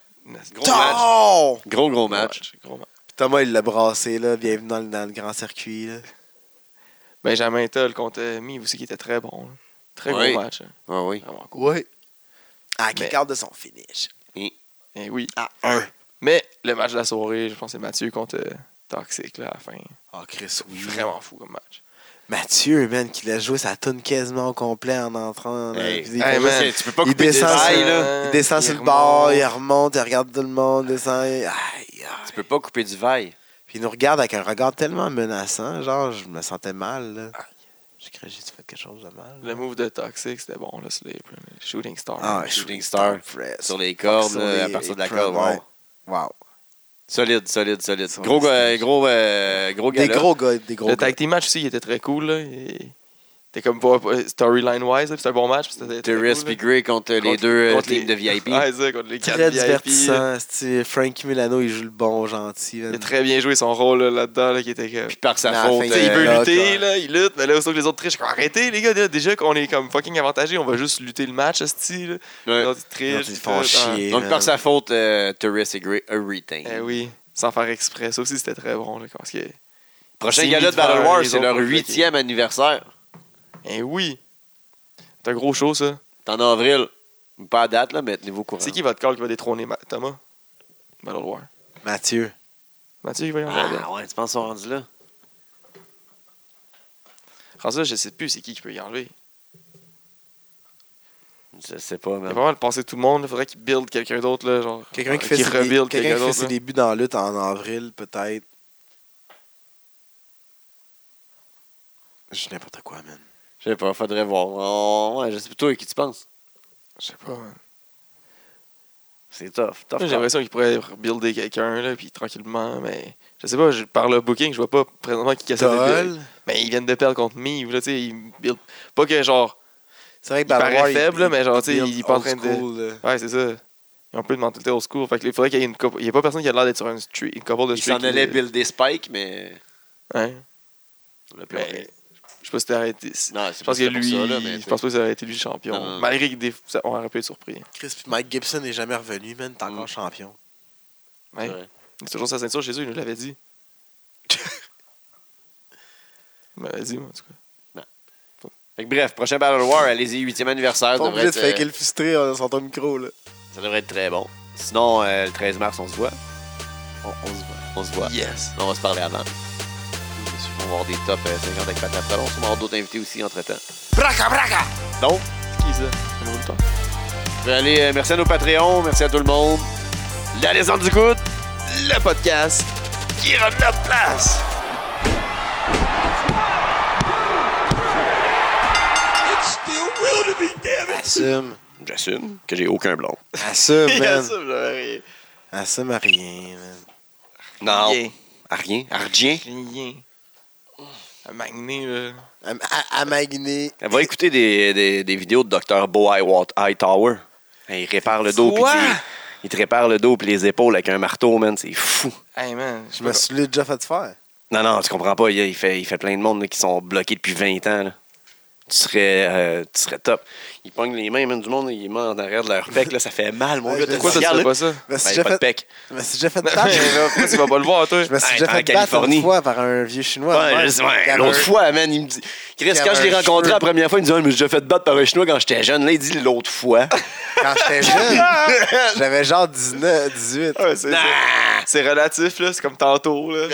S2: Gros
S1: Gros match.
S3: Oh!
S1: Gros, gros match.
S2: Gros match.
S3: Thomas, il l'a brassé, là. Bienvenue dans le, dans le grand circuit, là.
S2: Benjamin Toll contre euh, Miv aussi, qui était très bon. là. Très
S1: Oui.
S2: gros match. hein.
S1: Ah oui.
S2: Vraiment cool.
S3: Ouais. À
S2: Mais-
S3: kick out Ah, de son finish.
S2: Eh oui.
S1: Ah,
S3: À 1.
S2: Mais le match de la soirée, je pense que c'est Mathieu contre euh, Toxic, là, à la fin.
S1: Ah,
S3: Oh, Chris, oui.
S2: Vraiment fou comme match.
S3: Mathieu, man, qui l'a joué sa toune quasiment au complet en entrant. là,
S1: Hey.
S3: puis il-
S2: Hey, man.
S1: Parce que Tu peux pas
S3: Il
S1: couper des
S3: descend,
S2: sur-
S1: ailes,
S3: sur, euh,
S1: là.
S2: là.
S3: il descend
S2: Il
S3: sur le
S2: remonte.
S3: bord, il remonte, il regarde tout le monde, descend. il- Aïe, aïe.
S1: Tu peux pas couper du veille.
S3: Puis il nous regarde avec un regard tellement menaçant, genre, je me sentais mal, là. J'ai cru que j'ai fait quelque chose de mal.
S2: Le move de Toxic, c'était bon, là, sur les les Shooting Star.
S3: Ah,
S1: Shooting Star.
S3: Press.
S1: Sur les cordes,
S3: Sur
S1: là, à
S3: les-
S1: partir de la
S3: les
S1: corde.
S3: cordes,
S1: wow.
S3: Wow.
S1: Solide, solide, solide.
S3: Sur
S1: Gros,
S3: le
S1: euh,
S3: stage.
S1: gros, euh, gros
S3: Des
S1: gars.
S3: gros gars, des gros
S2: le
S3: gars.
S2: tag team match aussi, il était très cool, là. Il- C'était comme pas- pas- storyline-wise, là, puis c'était un bon match. puis C'était très
S1: Therese
S2: cool,
S1: puis
S2: là.
S1: Gray contre les
S2: Contre-
S1: deux euh,
S2: contre Ah,
S1: teams de VIP.
S2: Ouais, c'est ça, contre les quatre
S3: Très
S2: VIP, là.
S3: divertissant. c'ti. Frankie Milano, il joue le bon gentil. man.
S2: Il a très bien joué son rôle là, là-dedans, là, qui était que.
S1: Puis par sa
S3: Mais à la
S1: faute.
S3: fin,
S2: Tu sais, il
S1: euh,
S2: veut
S3: là,
S2: lutter,
S3: quoi.
S2: là, il lutte, mais là, aussi que les autres trichent. Comme, Arrêtez, les gars, là, déjà qu'on est comme fucking avantagés, on va juste lutter le match, esti, là.
S1: ouais.
S2: Les autres, ils
S3: Les
S2: trichent.
S3: autres, ils font
S2: tout,
S3: chier.
S2: hein.
S1: Donc
S3: man.
S1: par sa faute, euh, Therese et Gray, a retain.
S2: Eh oui, sans faire exprès. Ça aussi, c'était très bon, là, parce que.
S1: Prochain
S2: C'est
S1: gala de
S2: mis
S1: Battle
S2: devant
S1: Wars,
S2: les
S1: c'est
S2: autres
S1: leur
S2: projets qui-
S1: huitième anniversaire.
S2: Eh oui! C'est un gros show, ça.
S1: C'est en avril. Pas à date, là, mais tenez-vous au courant.
S2: C'est qui votre call qui va détrôner Ma- Thomas? Battle War.
S3: Mathieu.
S2: Mathieu, il va y en avoir.
S1: Ah ouais, tu penses qu'ils sont rendus là? Ah.
S2: François, je sais plus c'est qui qui peut y enlever.
S1: Je sais pas,
S2: Il va
S1: mais...
S2: vraiment le passer tout le monde. Il faudrait qu'il build quelqu'un d'autre, là, genre.
S3: Quelqu'un qui
S2: euh,
S3: fait, ses, dé-
S2: rebuild
S3: quelqu'un
S2: quelqu'un
S3: qui fait ses
S2: d'autre. là.
S3: débuts dans la lutte en avril, peut-être. Je n'importe quoi, man.
S1: Je sais pas, faudrait voir. Oh, ouais, je sais plutôt à qui tu penses.
S2: Je sais pas. man.
S1: C'est tough, tough.
S2: Moi, J'ai
S1: tough.
S2: l'impression qu'il pourrait rebuilder quelqu'un, là, puis tranquillement, mais. Je sais pas, je- par le booking, je vois pas présentement qui casse le
S3: Toll.
S2: Mais ils viennent de perdre contre Mive, là, tu sais. ils build- Pas que genre.
S3: C'est vrai que
S2: Il paraît
S3: Balroy,
S2: faible, mais genre, tu sais,
S3: build
S2: il est pas en
S3: old
S2: train de-
S3: school, là.
S2: Ouais, c'est ça. Ils ont un peu de mentalité au secours. Fait que, il faudrait qu'il y ait une couple. Il n'y a pas personne qui a l'air d'être sur une, street, une couple de
S1: Il s'en
S2: streak,
S1: allait
S2: mais-
S1: builder Spike, mais...
S2: Ouais.
S1: on l'a plus
S2: Mais,
S1: enlevé.
S2: je sais pas si t'as arrêté.
S1: Non,
S2: Ben, Je
S1: c'est
S2: pense que
S1: pas pour
S2: lui,
S1: ça, là, mais
S2: je pense pas que ça aurait été lui le champion.
S1: Non, non, non.
S2: Malgré que des, ça, on aurait pu être surpris.
S3: Chris, puis Mike Gibson n'est jamais revenu, man. T'es encore
S1: Mm.
S3: champion.
S2: Ouais.
S1: Ouais.
S2: Il a toujours sa ceinture chez eux, il nous l'avait dit. il m'avait dit, moi, en tout cas.
S1: Fait que bref, prochain Battle War, allez-y, 8e anniversaire.
S3: Pas
S1: devrait
S3: obligé de
S1: être, euh,
S3: faker le frustré euh, sur ton micro, là.
S1: Ça devrait être très bon. Sinon, euh, le 13 mars, on se voit.
S3: On, on se voit.
S1: On se voit.
S2: Yes!
S1: On va se parler avant. On va avoir des top euh, 50 avec Pat après. On va avoir d'autres invités aussi entre-temps.
S3: Braca, braca!
S1: Donc,
S2: C'est qui ça? C'est mon temps.
S1: vous pouvez aller, euh, merci à nos Patreons, merci à tout le monde. La descente du coude, le podcast qui rend notre place.
S3: Assume.
S1: J'assume que j'ai aucun blond.
S3: Assume,
S2: Il
S3: man.
S2: assume, j'aurais
S3: Assume à rien, man.
S1: Non.
S2: rien.
S1: À rien. À rien.
S2: Rien. À Magné, là.
S3: À, à, à Magné.
S1: Elle va écouter des, des, des vidéos de Dr. Bo Highwa- Hightower. Hey, il répare le dos. puis
S2: Quoi?
S1: il- Il te répare le dos et les épaules avec un marteau, man. C'est fou.
S2: Hey, man.
S3: Je me suis déjà fait faire.
S1: Non, non, tu comprends pas. Il, il fait, il fait plein de monde là, qui sont bloqués depuis 20 ans. là. Tu serais, euh, tu serais top. Il pogne les mains, man, du monde, il met en arrière de leur pec. Là, ça fait mal, mon
S3: Ouais,
S1: gars.
S3: je
S1: t'as
S3: sais.
S2: Pourquoi
S1: dit,
S2: tu
S1: regarde, là.
S2: fais pas ça?
S3: Je me suis
S1: Ben,
S3: déjà
S1: pas de
S3: fait,
S1: pec.
S3: je me suis déjà fait
S2: Non,
S3: battre.
S2: mais là, Pourquoi tu vas pas le voir, toi?
S3: Je me suis
S1: Hey,
S3: déjà
S1: en
S3: fait battre
S1: Californie.
S3: une fois par un vieux chinois.
S1: Ouais, je- ouais,
S3: Qui avait
S1: l'autre
S3: un-
S1: fois, man, il me dit. Chris,
S3: avait
S1: quand je l'ai
S3: un
S1: rencontré
S3: cheveu.
S1: la première fois, il me dit Ah, mais j'ai fait battre par un chinois quand j'étais jeune. Là, il dit l'autre fois.
S3: Quand j'étais jeune, j'avais genre 19, 18.
S2: Ouais, c'est- c'est- C'est relatif, là. C'est comme tantôt, là.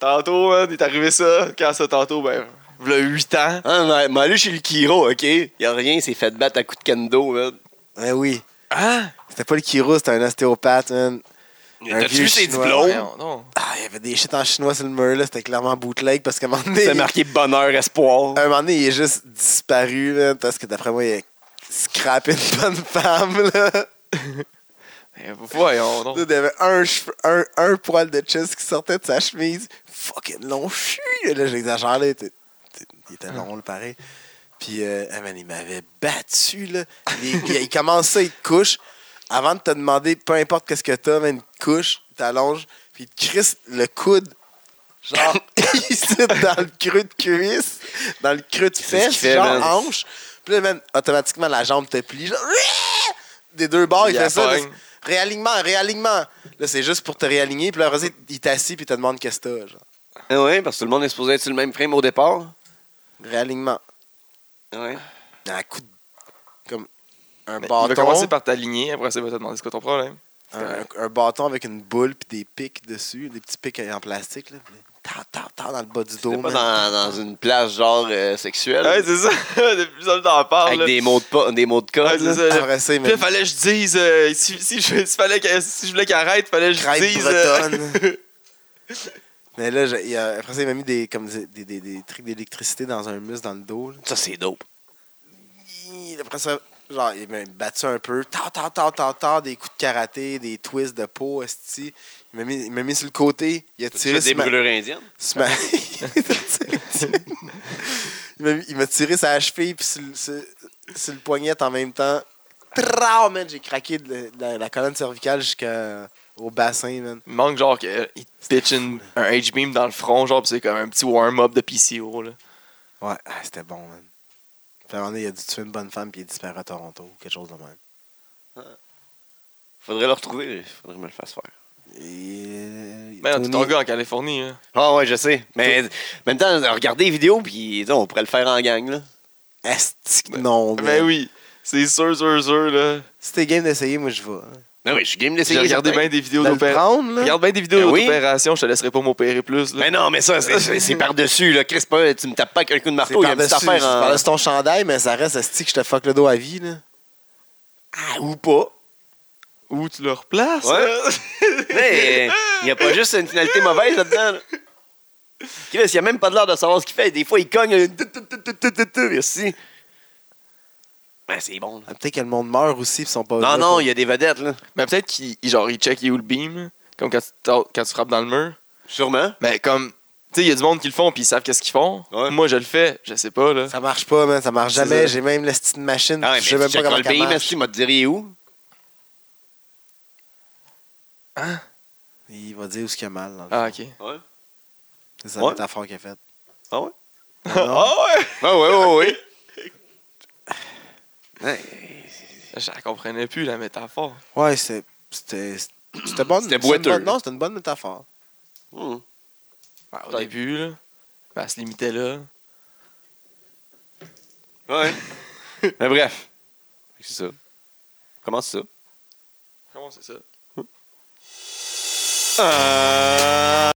S2: Tantôt, man, il est arrivé ça. Quand ça, tantôt, ben, v'là 8 ans.
S1: Ah, mais, mais allez chez le Kiro, OK? Y a rien, il s'est fait battre à coups de kendo, man.
S3: Mais oui,
S2: Hein?
S3: c'était pas le Kiro, c'était un ostéopathe, man. Un
S1: T'as-tu
S3: vieux
S1: vu ses
S3: Chinois.
S1: diplômes?
S2: Non, non.
S3: Ah, il y avait des shit en chinois sur le mur, là. C'était clairement bootleg parce qu'à un moment donné.
S1: C'est marqué bonheur, espoir.
S3: À un moment donné, il est juste disparu, là, parce que d'après moi, il a scrapé une bonne femme, là.
S2: Eh, Voyons, non.
S3: Il avait un, cheveu- un, un poil de chest qui sortait de sa chemise. Fucking long chu! Là, j'exagère, là. Il était, il était
S1: Ah.
S3: long, là, pareil. Puis, euh, ah, man, il m'avait battu, là. Il, il- il commence ça, il te couche. Avant de te demander, peu importe qu'est-ce que t'as, man, il te couche, il t'allonge, puis il te crisse le coude. Genre, il se dans le creux de cuisse, dans le creux de
S1: ce qu'il
S3: fesse,
S1: fait,
S3: genre
S1: man?
S3: hanche. Puis là, man, automatiquement, la jambe te plie. Genre, des deux bords, il,
S2: Il
S3: fait ça.
S2: appogne.
S3: là, c'est- réalignement, réalignement. Là, c'est juste pour te réaligner. Puis là, après ça, il t'assit puis il te demande qu'est-ce que t'as. Genre.
S1: Ah ouais, parce que tout le monde est supposé être sur le même frame au départ.
S3: Réalignement.
S1: Ah Ouais.
S3: Un coup de... Comme un
S2: Mais Il va
S3: bâton.
S2: commencer par t'aligner, après ça, il va te demander c'est quoi ton problème.
S3: Un, un- un bâton avec une boule puis des pics dessus. Des petits pics en plastique. Là, puis là, tard, tard, tard dans le bas du dos.
S1: C'est pas
S3: man.
S1: dans, dans une place genre euh, sexuelle.
S2: Ouais, c'est ça. Depuis ça, t'en parles.
S1: avec
S2: là.
S1: des mots de, pa- des mots de code.
S2: Ouais, c'est
S1: là.
S2: ça. là.
S3: Après ça, il
S2: Puis là,
S3: me
S2: fallait que je dise. euh, si, si je, si fallait que- si je voulais qu'il arrête, fallait que je
S3: Crête
S2: dise.
S3: bretonne.
S2: euh,
S3: Mais là, j'ai- il a- après ça, il m'a mis des, comme des, des, des- des trucs d'électricité dans un muscle dans le dos. là.
S1: Ça, c'est dope.
S3: Hi, Après ça, genre, il m'a battu un peu. Tant, tant, tant, tant, tant, des coups de karaté, des twists de peau, esti. Il m'a mis, il m'a mis sur le côté. Il a
S1: Tu
S3: tiré
S1: as des
S3: sur ma...
S1: brûlures indiennes?
S3: sur ma- il, m'a, mis- il m'a tiré sa cheville puis sur, le- sur- sur le poignet en même temps. Trah, man, j'ai craqué de, la- de la, la colonne cervicale jusqu'au bassin, man.
S2: Il manque genre qu'il te pitch une- un H-beam dans le front, genre, pis c'est comme un petit warm-up de PCO, là.
S3: Ouais, ah, c'était bon, man. Puis à un moment donné, il a dû tuer une bonne femme puis il est disparu à Toronto, ou quelque chose de même.
S1: Faudrait le retrouver. Faudrait que je me le fasse faire.
S3: Et-
S2: Mais non, t'es
S3: Tony-
S2: ton gars en Californie, hein. là.
S1: Ah ouais, je sais. Mais en même temps, regardez les vidéos, puis disons, on pourrait le faire en gang. Là.
S3: Esti que non, man.
S2: Ben oui, c'est sûr, sûr, sûr, là.
S3: Si t'es game d'essayer, moi je vais.
S1: Non, mais je suis game
S2: J'ai
S1: d'essayer.
S2: regardé
S1: certain.
S2: bien des vidéos
S3: De le
S2: d'opération.
S3: prendre, là?
S2: Regarde bien des vidéos
S1: Ben oui.
S2: d'opération, je te laisserai pas m'opérer plus, là.
S1: Mais non, mais ça, c'est- c'est c'est par-dessus. là. Chris, pas, tu me tapes pas avec un coup de
S3: C'est
S1: marteau. Il y a une petite
S3: par-dessus
S1: affaire hein. en...
S3: par ton chandail, mais ça reste esti que je te fuck le dos à vie, là.
S1: Ah, ou pas.
S2: Où tu le replaces,
S1: Ouais.
S2: là?
S1: Mais il n'y a pas juste une finalité mauvaise là-dedans. là. Chris, il a même pas de l'air de savoir ce qu'il fait. Des fois, il cogne. euh, tout, tout, tout, tout, tout, tout, tout, Merci. Ben, c'est bon. là.
S3: Ah, Peut-être que le monde meurt aussi, pis ils sont pas.
S1: Non,
S3: là
S1: non,
S3: pour-
S1: il y a des vedettes, là.
S2: Mais Ben, peut-être qu'il il- genre, il check il est où le beam, comme quand tu, ta- quand tu frappes dans le mur.
S1: Sûrement.
S2: Mais comme, tu sais, il y a du monde qui le font puis ils savent qu'est-ce qu'ils font.
S1: Ouais.
S2: Moi, je le fais, je sais pas, là.
S3: Ça marche pas, man. Ça marche
S2: C'est ça.
S3: jamais. J'ai même la petite machine.
S1: Ah, ouais, mais
S3: pis je sais même
S1: tu
S3: pas
S1: checkeras
S3: comment
S1: le
S3: ça
S1: pays,
S3: marche.
S1: merci, il m'a dit, il est où?
S3: Il va dire où ce qu'il y a mal. dans le
S2: Ah,
S3: fond.
S2: ok.
S1: Ouais.
S3: C'est ça
S1: Ouais.
S3: la métaphore qu'il a faite.
S1: Ah ouais?
S2: Ah ouais!
S1: Ah, ouais, ouais, ouais. Ouais,
S2: Je la comprenais plus, la métaphore.
S3: Ouais, c'est- c'était. C'était bon.
S1: C'était boiteux.
S3: Non, c'était une bonne métaphore.
S1: hmm.
S2: Ben, au
S1: Ouais.
S2: début, là, ben, elle se limitait là.
S1: Ouais. Mais bref. C'est ça. Comment c'est ça?
S2: Comment c'est ça?
S1: Euh...